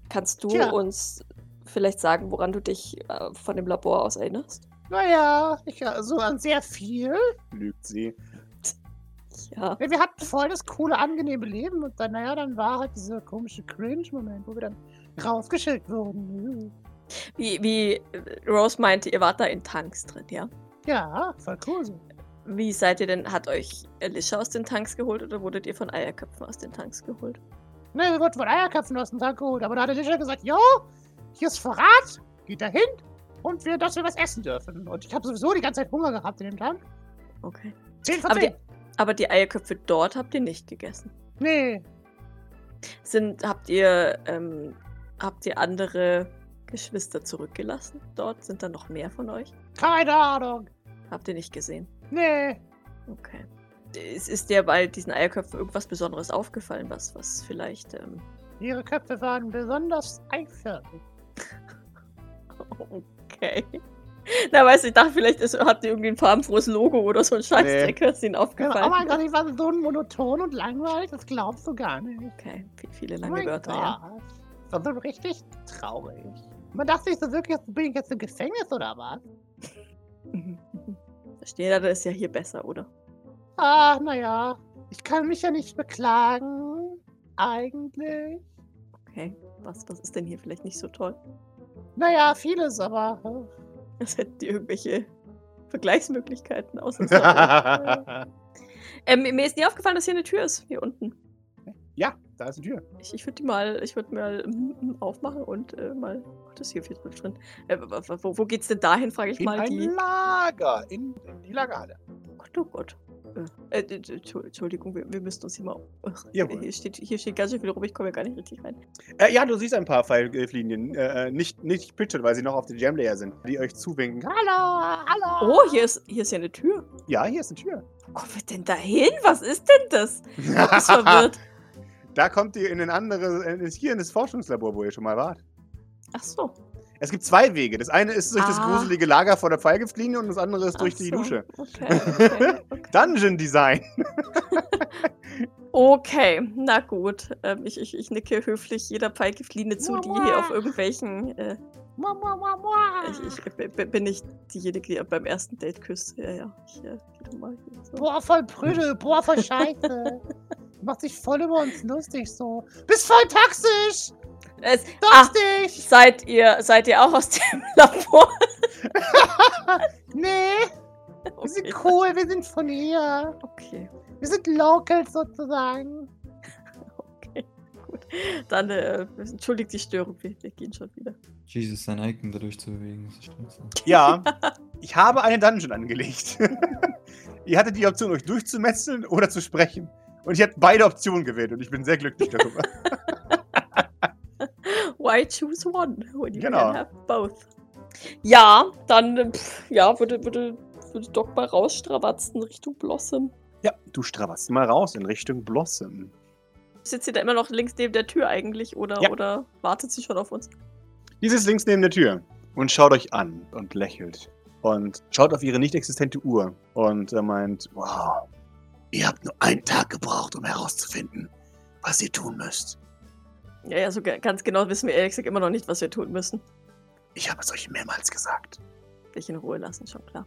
C: Kannst du
D: Tja.
C: uns vielleicht sagen, woran du dich äh, von dem Labor aus erinnerst?
D: Naja, ich so an sehr viel.
A: Lügt sie.
C: Ja.
D: Ja, Wir hatten voll das coole, angenehme Leben und dann, naja, dann war halt dieser komische Cringe-Moment, wo wir dann rausgeschickt wurden.
C: Wie, wie äh, Rose meinte, ihr wart da in Tanks drin, ja.
D: Ja, voll cool. so.
C: Wie seid ihr denn? Hat euch Alicia aus den Tanks geholt oder wurdet ihr von Eierköpfen aus den Tanks geholt?
D: Ne, wir wurden von Eierköpfen aus dem Tag geholt, aber da hat Alicia gesagt, jo, hier ist Verrat, geht dahin und wir, dass wir was essen dürfen. Und ich habe sowieso die ganze Zeit Hunger gehabt in dem Tank.
C: Okay.
D: 10 von
C: Aber
D: 10.
C: die, aber die Eierköpfe dort habt ihr nicht gegessen.
D: Nee,
C: Sind, habt ihr, ähm, habt ihr andere Geschwister zurückgelassen dort? Sind da noch mehr von euch?
D: keine Ahnung.
C: Habt ihr nicht gesehen?
D: Nee,
C: Okay. Es ist dir bei diesen Eierköpfen irgendwas Besonderes aufgefallen, was, was vielleicht. Ähm,
D: ihre Köpfe waren besonders eiförmig.
C: okay. Na, weißt du, ich dachte, vielleicht ist, habt ihr irgendwie ein farbenfrohes Logo oder so ein Scheißdreck, was ihnen
D: Genau. Oh
C: aufgefallen
D: mein Gott, die waren so monoton und langweilig, das glaubst du gar nicht.
C: Okay, vi- viele
D: Oh
C: lange
D: mein
C: Wörter, ja.
D: Gott. Das war so richtig traurig. Man dachte sich so wirklich, jetzt bin ich jetzt im Gefängnis oder was?
C: Mhm. Verstehe, da ist ja hier besser, oder?
D: Ah, naja. Ich kann mich ja nicht beklagen. Eigentlich.
C: Okay. Was, was ist denn hier vielleicht nicht so toll?
D: Naja, vieles, aber äh,
C: Als hätten die irgendwelche Vergleichsmöglichkeiten aus.
A: ja,
C: ähm, mir ist nie aufgefallen, dass hier eine Tür ist, hier unten.
A: da ist die Tür.
C: Ich, ich würde die mal, ich würde mal mm, mm, aufmachen und äh, mal. Oh, das ist hier viel drin. Äh, wa- wa- wo, wo geht's denn dahin, frage ich
A: In
C: mal
A: ein
C: die.
A: Lager, in, in die Lagerhalle.
C: Gott, oh Gott. Äh, äh, äh, Entschu- Entschuldigung, wir, wir müssen uns hier mal. Ach,
A: Jawohl.
C: Hier steht, hier steht ganz schön viel rum, ich komme ja gar nicht richtig rein.
A: Äh, ja, du siehst ein paar Pfeilflinien, äh, äh, nicht, nicht pitched, weil sie noch auf den Jam Layer sind, die euch zuwinken. Hallo, hallo.
C: Oh, hier ist, hier ist ja eine Tür.
A: Ja, hier ist eine Tür.
C: Wo kommen wir denn da hin? Was ist denn das? Ich bin verwirrt.
A: Da kommt ihr in ein anderes, äh, hier in das Forschungslabor, wo ihr schon mal wart.
C: Ach so.
A: Es gibt zwei Wege. Das eine ist durch das
C: Ah.
A: gruselige Lager vor der Pfeilgiftlinie und das andere ist
C: ach
A: durch die
C: so.
A: Dusche.
C: Okay, okay, okay.
A: Dungeon Design.
C: Okay, na gut. Ähm, ich, ich, ich nicke höflich jeder Pfeilgiftline zu, die hier auf irgendwelchen. Äh,
D: Mua, mua, mua, mua.
C: ich, ich äh, b- b- bin nicht diejenige, die beim ersten Date küsst. Ja, ja. Ich, äh, wieder mal hier so.
D: Boah, voll Prügel, boah, voll Scheiße. Macht sich voll über uns lustig so. Bist voll toxisch!
C: es, ach,
D: Toxisch!
C: seid ihr, seid ihr auch aus dem Labor? Ah.
D: Nee, wir sind
C: Okay,
D: cool, wir sind von hier.
C: okay,
D: Wir sind Locals sozusagen.
C: okay. Gut. Dann äh, entschuldigt die Störung, wir, wir gehen schon wieder.
B: Jesus, sein Icon dadurch zu bewegen, das ist scheiße.
A: Ja, ich habe eine Dungeon angelegt. ihr hattet die Option, euch durchzumetzeln oder zu sprechen. Und ich habe beide Optionen gewählt und ich bin sehr glücklich darüber.
C: Why choose one when you
A: Genau.
C: can have both? Ja, dann äh, pff, ja, würde, würde, würde Doc mal rausstrabatzen Richtung Blossom.
A: ja, du strabberst mal raus in Richtung Blossom.
C: Sitzt sie da immer noch links neben der Tür eigentlich oder,
A: Ja.
C: oder wartet sie schon auf uns?
A: Die sitzt links neben der Tür und schaut euch an und lächelt. Und schaut auf ihre nicht existente Uhr. Und er meint, wow, ihr habt nur einen Tag gebraucht, um herauszufinden, was ihr tun müsst.
C: Ja, ja, so ga- ganz genau wissen wir ehrlich gesagt immer noch nicht, was wir tun müssen.
A: Ich habe es euch mehrmals gesagt.
C: Dich in Ruhe lassen, schon klar.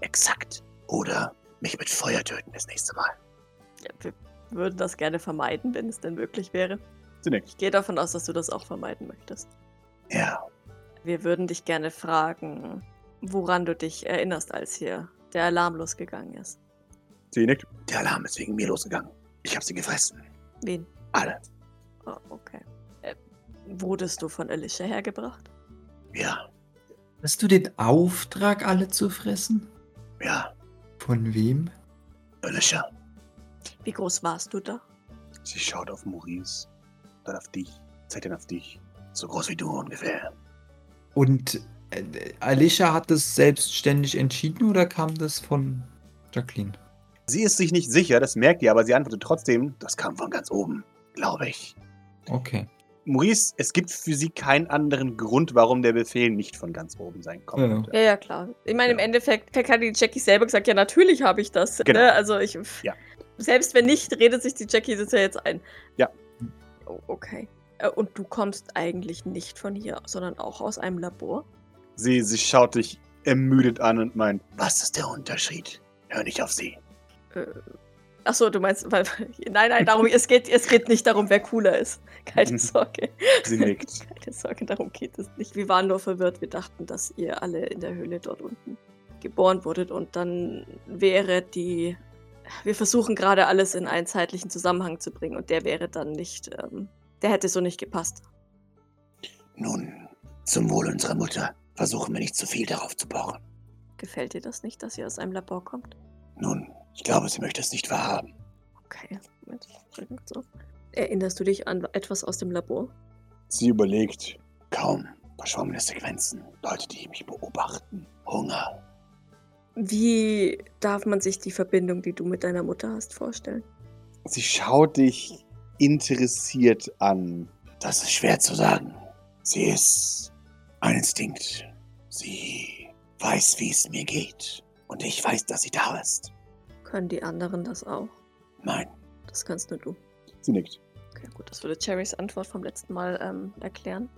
A: Exakt. Oder mich mit Feuer töten das nächste Mal.
C: Ja, wir würden das gerne vermeiden, wenn es denn möglich wäre.
A: Zunächst.
C: Ich gehe davon aus, dass du das auch vermeiden möchtest.
A: Ja.
C: Wir würden dich gerne fragen, woran du dich erinnerst, als hier der Alarm losgegangen ist.
A: Sie nickt. Der Alarm ist wegen mir losgegangen. Ich habe sie gefressen.
C: Wen?
A: Alle.
C: Oh, okay. Äh, wurdest du von Alicia hergebracht?
A: Ja,
B: Hast du den Auftrag, alle zu fressen?
A: ja.
B: Von wem?
A: Alicia.
C: Wie groß warst du da?
A: Sie schaut auf Maurice. Dann auf dich. Zeigt dann auf dich. So groß wie du ungefähr.
B: Und äh, Alicia hat das selbstständig entschieden oder kam das von Jacqueline?
A: Sie ist sich nicht sicher, das merkt ihr, aber sie antwortet trotzdem, das kam von ganz oben, glaube ich.
B: Okay.
A: Maurice, es gibt für sie keinen anderen Grund, warum der Befehl nicht von ganz oben sein
B: Ja.
A: kommt.
C: Ja, ja, klar. Ich meine, im
A: Ja.
C: Endeffekt hat die Jackie selber gesagt, ja, natürlich habe ich das.
A: Genau.
C: Ne? Also ich.
A: Ja.
C: Selbst wenn nicht, redet sich die Jackie das ja jetzt ein.
A: Ja.
C: Oh, okay. Äh, Und du kommst eigentlich nicht von hier, sondern auch aus einem Labor?
A: Sie, sie schaut dich ermüdet an und meint, was ist der Unterschied? Hör nicht auf sie.
C: Äh, Achso, du meinst, weil, nein, nein, darum, es, geht, es geht nicht darum, wer cooler ist. Keine Sorge.
A: Sie nickt.
C: Keine Sorge, darum geht es nicht. Wir waren nur verwirrt. Wir dachten, dass ihr alle in der Höhle dort unten geboren wurdet. Und dann wäre die. Wir versuchen gerade alles in einen zeitlichen Zusammenhang zu bringen. Und der wäre dann nicht. Ähm, der hätte so nicht gepasst.
A: Nun, zum Wohl unserer Mutter versuchen wir nicht zu viel darauf zu pochen.
C: Gefällt dir das nicht, dass ihr aus einem Labor kommt?
A: Nun, ich glaube, sie möchte es nicht wahrhaben.
C: Okay. Moment, ich drück mal so. Erinnerst du dich an etwas aus dem Labor?
A: Sie überlegt. Kaum verschwommene Sequenzen, Leute, die mich beobachten, Hunger.
C: Wie darf man sich die Verbindung, die du mit deiner Mutter hast, vorstellen?
A: Sie schaut dich interessiert an. Das ist schwer zu sagen. Sie ist ein Instinkt. Sie weiß, wie es mir geht. Und ich weiß, dass sie da ist.
C: Können die anderen das auch?
A: Nein.
C: Das kannst nur du.
A: Sie nickt.
C: Okay, gut, das würde Cherrys Antwort vom letzten Mal ähm, erklären.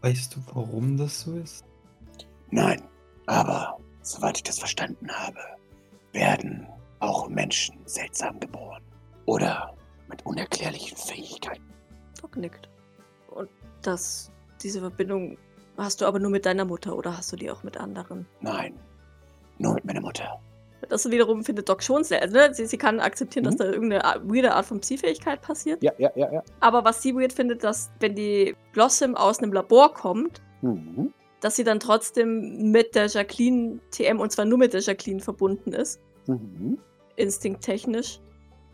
B: Weißt du, warum das so ist?
A: Nein. Aber, soweit ich das verstanden habe, werden auch Menschen seltsam geboren. Oder mit unerklärlichen Fähigkeiten.
C: Doc nickt. Und dass diese Verbindung Hast du aber nur mit deiner Mutter oder hast du die auch mit anderen?
A: Nein. Nur mit meiner Mutter.
C: Das wiederum findet Doc schon sehr. Also, ne? sie, sie kann akzeptieren, dass
A: Mhm.
C: da irgendeine Ar- weirde Art von Psi-Fähigkeit passiert.
A: Ja, ja, ja, ja.
C: Aber was sie weird findet, dass, wenn die Blossom aus einem Labor kommt,
A: Mhm.
C: dass sie dann trotzdem mit der Jacqueline TM und zwar nur mit der Jacqueline verbunden ist,
A: Mhm.
C: instinkttechnisch.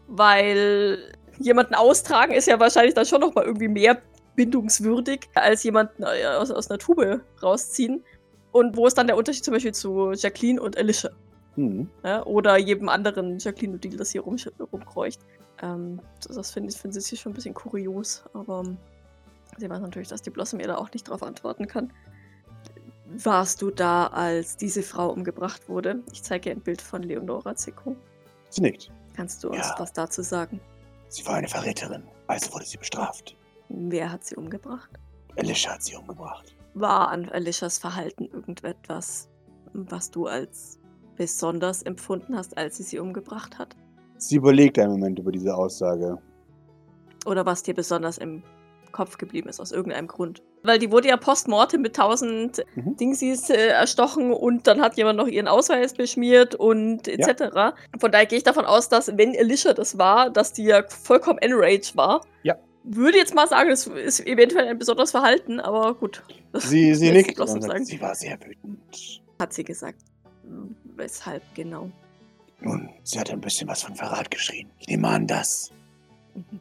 C: Weil jemanden austragen ist ja wahrscheinlich dann schon nochmal irgendwie mehr bindungswürdig, als jemanden äh, aus, aus einer Tube rausziehen. Und wo ist dann der Unterschied zum Beispiel zu Jacqueline und Alicia?
A: Mhm.
C: ne? oder jedem anderen Jacqueline O'Deal, das hier rum, rumkreucht. Ähm, so, das finde ich, find ich schon ein bisschen kurios, aber ähm, sie weiß natürlich, dass die Blossom ihr da auch nicht drauf antworten kann. Warst du da, als diese Frau umgebracht wurde? Ich zeige ihr ein Bild von Leonora Zicko.
A: Sie nickt.
C: Kannst du uns
A: Ja.
C: was dazu sagen?
A: Sie war eine Verräterin, also wurde sie bestraft.
C: Wer hat sie umgebracht?
A: Alicia hat sie umgebracht.
C: War an Alishas Verhalten irgendetwas, was du als besonders empfunden hast, als sie sie umgebracht hat?
A: Sie überlegt einen Moment über diese Aussage.
C: oder was dir besonders im Kopf geblieben ist, aus irgendeinem Grund. Weil die wurde ja postmortem mit tausend
A: Mhm.
C: Dingsies äh, erstochen und dann hat jemand noch ihren Ausweis beschmiert und etc. Von daher gehe ich davon aus, dass, wenn Alicia das war, dass die ja vollkommen enraged war.
A: Ja.
C: Würde jetzt mal sagen, das ist eventuell ein besonderes Verhalten, aber gut. Das
A: Sie, sie
C: Jetzt
A: nickt.
C: lass
A: und
C: uns
A: sagt,
C: sagen.
A: Sie war sehr wütend.
C: hat sie gesagt. Weshalb genau?
A: Nun, sie hat ein bisschen was von Verrat geschrien. Ich nehme an, dass.
C: Mhm.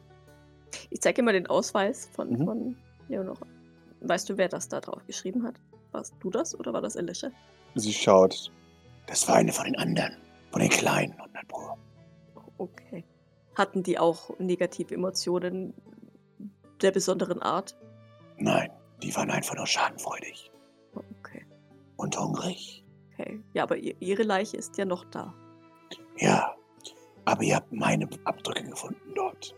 C: Ich zeige dir mal den Ausweis von,
A: Mhm.
C: von Leonora. Weißt du, wer das da drauf geschrieben hat? Warst du das oder war das Alicia?
A: Sie schaut. Das war eine von den anderen. Von den Kleinen, 100 Pro.
C: Okay. Hatten die auch negative Emotionen der besonderen Art?
A: Nein, die waren einfach nur schadenfreudig
C: Okay.
A: und hungrig.
C: okay. Ja, aber ihr, ihre Leiche ist ja noch da.
A: Ja, aber ihr habt meine Abdrücke gefunden dort.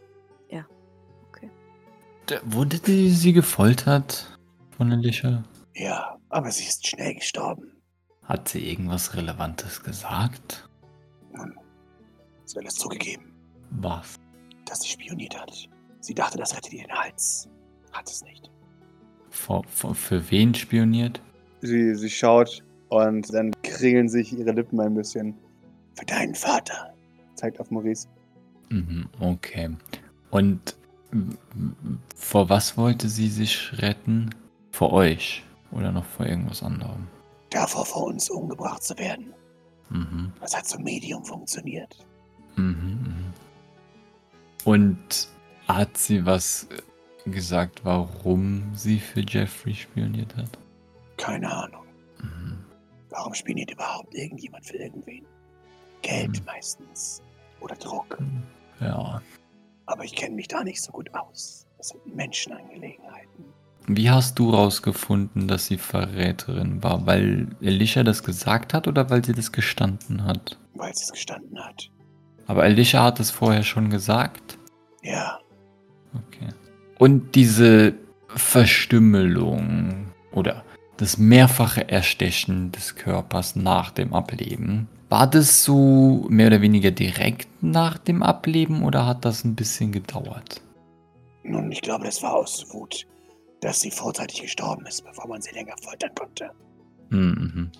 B: Da wurde die, sie gefoltert von Alicia?
A: Ja, aber sie ist schnell gestorben.
B: Hat sie irgendwas Relevantes gesagt?
A: Nun, sie hat es zugegeben,
B: Was?
A: dass sie spioniert hat. Sie dachte, das rettet ihr den Hals. Hat es nicht.
B: Vor, vor, für wen spioniert?
A: Sie, sie schaut und dann kringeln sich ihre Lippen ein bisschen. Für deinen Vater, zeigt auf Maurice.
B: Mhm, okay. Und m- m- vor was wollte sie sich retten? Vor euch? Oder noch vor irgendwas anderem?
A: Davor vor uns umgebracht zu werden.
B: Mhm.
A: Das hat zum Medium funktioniert.
B: Mhm, mhm. Und hat sie was äh, gesagt, warum sie für Jeffrey spioniert hat?
A: Keine Ahnung.
B: Mhm.
A: Warum spioniert überhaupt irgendjemand für irgendwen? Geld
B: Hm.
A: meistens. Oder Druck.
B: Ja.
A: Aber ich kenne mich da nicht so gut aus. Das sind Menschenangelegenheiten.
B: Wie hast du rausgefunden, dass sie Verräterin war? Weil Alicia das gesagt hat oder weil sie das gestanden hat?
A: Weil sie es gestanden hat.
B: Aber Alicia hat es vorher schon gesagt.
A: Ja,
B: Okay. Und diese Verstümmelung oder das mehrfache Erstechen des Körpers nach dem Ableben. War das so mehr oder weniger direkt nach dem Ableben oder hat das ein bisschen gedauert?
A: nun, ich glaube, das war aus Wut, dass sie vorzeitig gestorben ist, bevor man sie länger foltern konnte.
B: Mhm.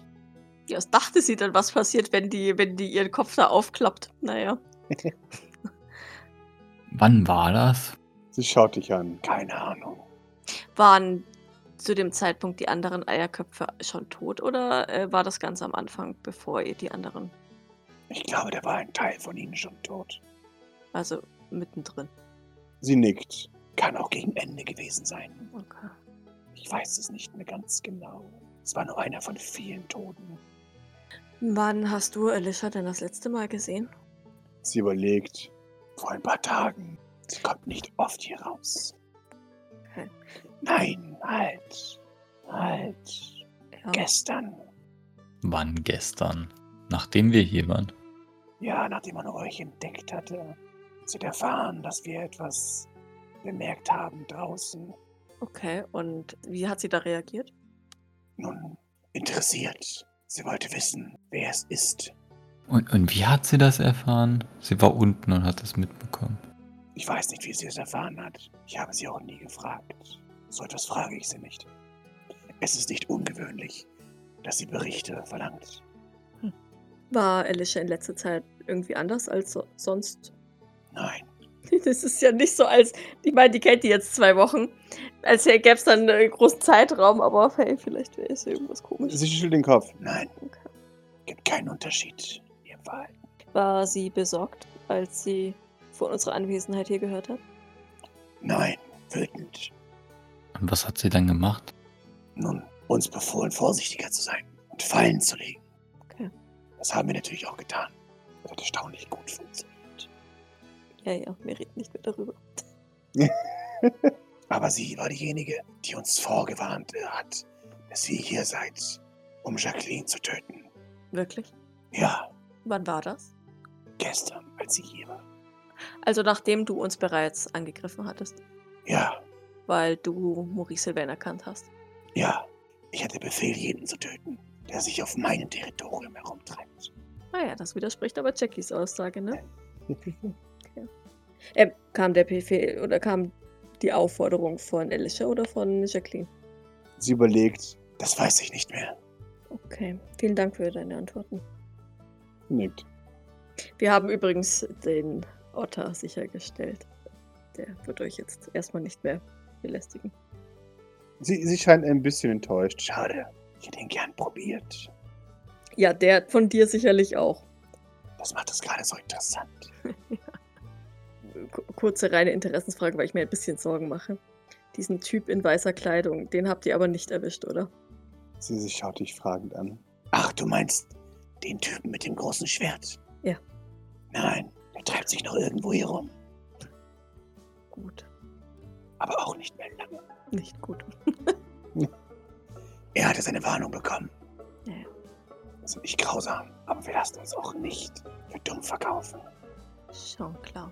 C: Ja, was dachte sie denn, was passiert, wenn die, wenn die ihren Kopf da aufklappt? Naja.
B: Wann war das?
A: Sie schaut dich an. Keine Ahnung.
C: Waren zu dem Zeitpunkt die anderen Eierköpfe schon tot oder äh, war das ganz am Anfang, bevor ihr die anderen,
A: Ich glaube, da war ein Teil von ihnen schon tot.
C: also mittendrin?
A: Sie nickt. Kann auch gegen Ende gewesen sein.
C: Okay.
A: Ich weiß es nicht mehr ganz genau. Es war nur einer von vielen Toten.
C: Wann hast du Alicia denn das letzte Mal gesehen?
A: Sie überlegt. Vor ein paar Tagen. Sie kommt nicht oft hier raus.
C: Okay.
A: Nein, halt. Halt.
C: Ja.
A: Gestern.
B: Wann gestern? Nachdem wir hier waren.
A: Ja, nachdem man euch entdeckt hatte. Sie hat erfahren, dass wir etwas bemerkt haben draußen.
C: Okay, und wie hat sie da reagiert?
A: Nun, interessiert. Sie wollte wissen, wer es ist.
B: Und, und wie hat sie das erfahren? Sie war unten und hat es mitbekommen.
A: Ich weiß nicht, wie sie es erfahren hat. Ich habe sie auch nie gefragt. So etwas frage ich sie nicht. Es ist nicht ungewöhnlich, dass sie Berichte verlangt.
C: War Alicia in letzter Zeit irgendwie anders als so sonst?
A: Nein.
C: Das ist ja nicht so als, ich meine, die kennt die jetzt zwei Wochen, als gäbe es dann einen großen Zeitraum, aber hey, vielleicht wäre es irgendwas komisch.
A: Sie schüttelt den Kopf. Nein.
C: Okay.
A: Gibt keinen Unterschied. in ihrem Verhalten.
C: War sie besorgt, als sie von unserer Anwesenheit hier gehört hat?
A: Nein. Wütend.
E: Und was hat sie dann gemacht?
A: Nun, uns befohlen, vorsichtiger zu sein und Fallen zu legen.
C: Okay.
A: Das haben wir natürlich auch getan. Das hat erstaunlich gut funktioniert.
C: Ja, ja, wir reden nicht mehr darüber.
A: Aber sie war diejenige, die uns vorgewarnt hat, dass ihr hier seid, um Jacqueline zu töten.
C: Wirklich?
A: Ja,
C: Wann war das?
A: gestern, als sie hier war.
C: Also nachdem du uns bereits angegriffen hattest,
A: Ja,
C: weil du Maurice Sylvain erkannt hast.
A: ja. Ich hatte Befehl, jeden zu töten, der sich auf meinem Territorium herumtreibt.
C: Naja, Ah das widerspricht aber Jackies Aussage, ne? Äh, kam der Befehl oder kam die Aufforderung von Alicia oder von Jacqueline?
A: Sie überlegt. Das weiß ich nicht mehr.
C: Okay, vielen Dank für deine Antworten.
A: Nickt.
C: Wir haben übrigens den Otter sichergestellt. Der wird euch jetzt erstmal nicht mehr belästigen.
A: Sie, sie scheint ein bisschen enttäuscht. Schade. Ich hätte ihn gern probiert.
C: Ja, der von dir sicherlich auch.
A: Das macht es gerade so interessant.
C: Ku- Kurze reine Interessensfrage, weil ich mir ein bisschen Sorgen mache. Diesen Typ in weißer Kleidung, den habt ihr aber nicht erwischt, oder?
A: Sie, sie schaut dich fragend an. Ach, du meinst den Typen mit dem großen Schwert?
C: Ja.
A: Nein, der treibt sich noch irgendwo hier rum.
C: Gut,
A: Aber auch nicht mehr lange.
C: nicht gut.
A: Er hatte seine Warnung bekommen.
C: Ja, ja.
A: Das ist nicht grausam, aber wir lassen uns auch nicht für dumm verkaufen.
C: Schon klar.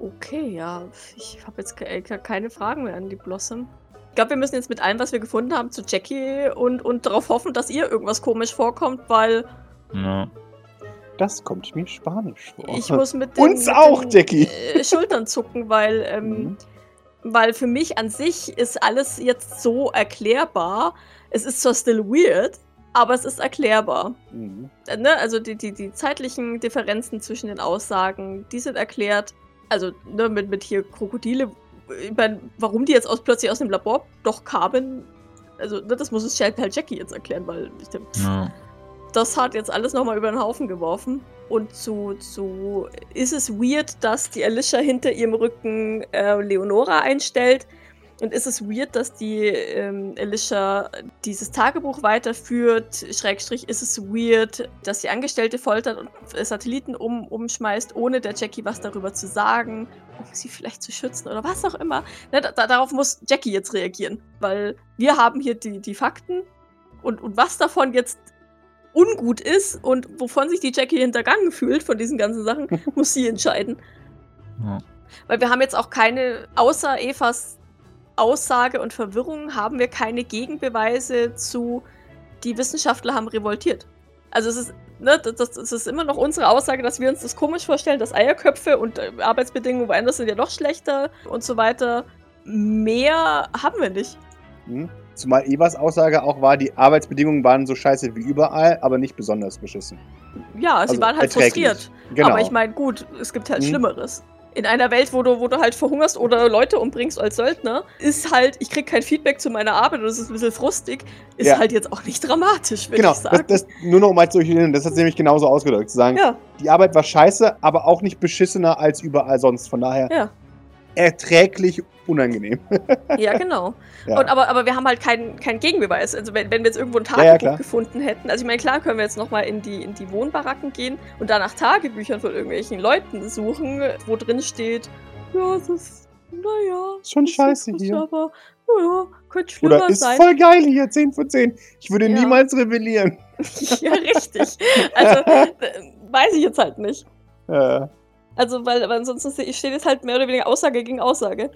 C: Okay, ja, ich habe jetzt ke äh, keine Fragen mehr an die Blossom. Ich glaube, wir müssen jetzt mit allem, was wir gefunden haben, zu Jackie und, und darauf hoffen, dass ihr irgendwas komisch vorkommt, weil
E: Ja.
A: Das kommt mir spanisch vor.
C: ich muss mit den,
A: Uns auch,
C: mit den
A: Jackie.
C: äh, Schultern zucken, weil, ähm,
A: Mhm.
C: weil für mich an sich ist alles jetzt so erklärbar. Es ist zwar still weird, aber es ist erklärbar.
A: Mhm.
C: Äh, ne, also die, die, die zeitlichen Differenzen zwischen den Aussagen, die sind erklärt. Also ne, mit, mit hier Krokodile, ich mein, warum die jetzt aus, plötzlich aus dem Labor doch kamen, also ne, das muss es Shell Pal Jackie jetzt erklären, weil ich, denk, pff,
E: ja.
C: das hat jetzt alles nochmal über den Haufen geworfen. Und zu, zu ist es weird, dass die Alicia hinter ihrem Rücken äh, Leonora einstellt. Und ist es weird, dass die ähm, Alicia dieses Tagebuch weiterführt? Schrägstrich, ist es weird, dass sie Angestellte foltert und äh, Satelliten um, umschmeißt, ohne der Jackie was darüber zu sagen, um sie vielleicht zu schützen oder was auch immer? Ne, da, da, darauf muss Jackie jetzt reagieren, weil wir haben hier die, die Fakten und, und was davon jetzt ungut ist und wovon sich die Jackie hintergangen fühlt von diesen ganzen Sachen, muss sie entscheiden.
E: Ja.
C: Weil wir haben jetzt auch keine, außer Evas Aussage und Verwirrung, haben wir keine Gegenbeweise zu, die Wissenschaftler haben revoltiert. Also es ist, ne, das, das, das ist immer noch unsere Aussage, dass wir uns das komisch vorstellen, dass Eierköpfe und äh, Arbeitsbedingungen woanders sind ja noch schlechter und so weiter. Mehr haben wir nicht.
A: Mhm. Zumal Evas Aussage auch war, die Arbeitsbedingungen waren so scheiße wie überall, aber nicht besonders beschissen.
C: Ja, sie
A: Also,
C: waren halt
A: erträglich.
C: frustriert.
A: Genau.
C: Aber ich meine, gut, es gibt halt
A: Mhm.
C: Schlimmeres. In einer Welt, wo du, wo du halt verhungerst oder Leute umbringst als Söldner, ist halt, ich krieg kein Feedback zu meiner Arbeit und es ist ein bisschen frustig, ist
A: Ja.
C: halt jetzt auch nicht dramatisch, würde
A: genau,
C: ich sagen.
A: das, das, nur noch um mal zu erinnern, das hat sie nämlich genauso ausgedrückt. Zu sagen,
C: ja,
A: die Arbeit war scheiße, aber auch nicht beschissener als überall sonst. Von daher
C: ja.
A: erträglich unangenehm.
C: Ja, genau.
A: Ja.
C: Und, aber, aber wir haben halt keinen keinen Gegenbeweis. Also wenn, wenn wir jetzt irgendwo ein
A: Ja,
C: Tagebuch
A: ja, klar.
C: gefunden hätten, also ich meine, klar können wir jetzt nochmal in die, in die Wohnbaracken gehen und da nach Tagebüchern von irgendwelchen Leuten suchen, wo drin steht, ja, es ist, naja.
A: Ist schon
C: es ist
A: scheiße
C: was,
A: hier.
C: Aber, naja, könnte schlimmer
A: Oder ist
C: sein.
A: voll geil hier, 10 von 10. Ich würde
C: Ja.
A: niemals rebellieren.
C: ja, richtig. Also, äh, weiß ich jetzt halt nicht.
A: Äh,
C: Also, weil, weil ansonsten se- steht jetzt halt mehr oder weniger Aussage gegen Aussage.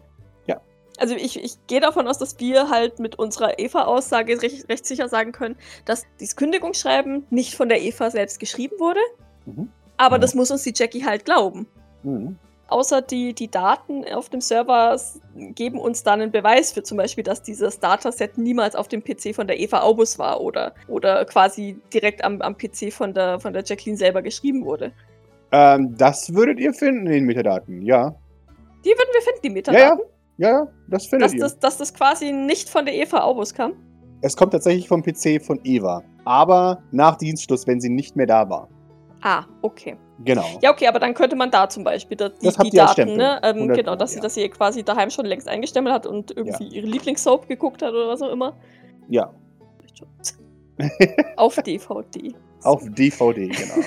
A: Ja.
C: Also ich, ich gehe davon aus, dass wir halt mit unserer Eva-Aussage recht, recht sicher sagen können, dass dieses Kündigungsschreiben nicht von der Eva selbst geschrieben wurde,
A: mhm.
C: aber
E: Ja.
C: das muss uns die Jackie halt glauben.
A: Mhm.
C: Außer die, die Daten auf dem Server s- geben uns dann einen Beweis für zum Beispiel, dass dieses Dataset niemals auf dem PC von der Eva Aubus war oder, oder quasi direkt am, am PC von der, von der Jacqueline selber geschrieben wurde.
A: Ähm, das würdet ihr finden in den Metadaten, ja.
C: Die würden wir finden, die
A: Ja, ja.
C: Metadaten.
A: Ja, ja, das findet
C: dass,
A: ihr.
C: das, dass das quasi nicht von der Eva Aubus kam.
A: Es kommt tatsächlich vom PC von Eva. Aber nach Dienstschluss, wenn sie nicht mehr da war.
C: Ah, okay.
A: Genau.
C: Ja, okay, aber dann könnte man da zum Beispiel da, die,
A: Das habt
C: die
A: ihr als
C: Daten,
A: Stempel.
C: ne? Ähm,
A: 100
C: genau, dass sie
A: ja.
C: das ihr quasi daheim schon längst eingestempelt hat und irgendwie ihre Lieblingssoap geguckt hat oder was auch immer.
A: Ja.
C: Auf DVD.
A: Auf DVD, genau.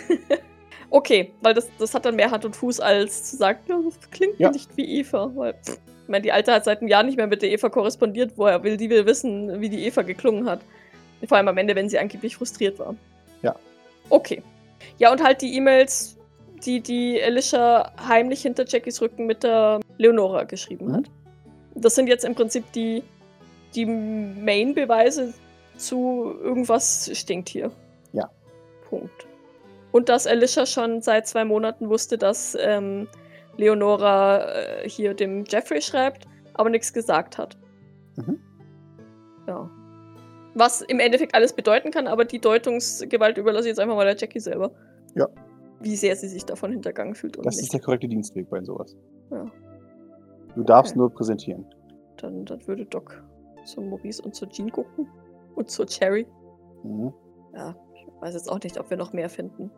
C: Okay, weil das, das hat dann mehr Hand und Fuß, als zu sagen, ja, das klingt
A: Ja.
C: nicht wie Eva. Weil, pff, ich meine, die Alte hat seit einem Jahr nicht mehr mit der Eva korrespondiert. Woher will die will wissen, wie die Eva geklungen hat? Vor allem am Ende, wenn sie angeblich frustriert war.
A: Ja.
C: Okay. Ja, und halt die E-Mails, die die Alicia heimlich hinter Jackies Rücken mit der Leonora geschrieben
A: Mhm.
C: hat. Das sind jetzt im Prinzip die, die Main-Beweise zu irgendwas stinkt hier.
A: Ja.
C: Punkt. Und dass Alicia schon seit zwei Monaten wusste, dass ähm, Leonora äh, hier dem Jeffrey schreibt, aber nichts gesagt hat.
A: Mhm.
C: Ja. Was im Endeffekt alles bedeuten kann, aber die Deutungsgewalt überlasse ich jetzt einfach mal der Jackie selber.
A: Ja.
C: Wie sehr sie sich davon hintergangen fühlt und
A: Das ist
C: nicht.
A: der korrekte Dienstweg bei sowas.
C: Ja.
A: Du darfst
C: Okay.
A: nur präsentieren.
C: Dann, dann würde Doc zu Maurice und zu Jean gucken. Und zu Cherry.
A: Mhm.
C: Weiß jetzt auch nicht, ob wir noch mehr finden.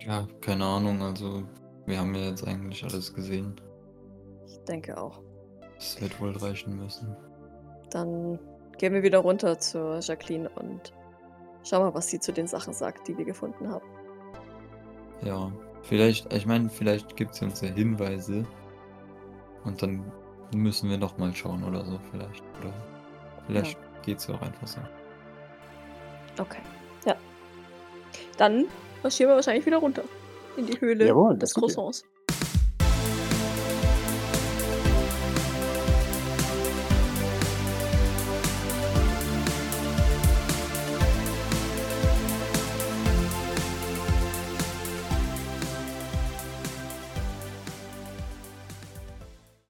B: Ja, keine Ahnung, also wir haben ja jetzt eigentlich alles gesehen.
C: Ich denke auch.
B: Es wird wohl reichen müssen.
C: Dann gehen wir wieder runter zur Jacqueline und schauen mal, was sie zu den Sachen sagt, die wir gefunden haben.
B: Ja, vielleicht, ich meine, vielleicht gibt sie uns ja Hinweise. Und dann müssen wir nochmal schauen oder so, vielleicht. Oder vielleicht geht's ja auch einfach so.
C: Okay. Ja. Dann marschieren wir wahrscheinlich wieder runter in die Höhle
A: Jawohl,
C: des
A: das tut ihr.
C: Croissants.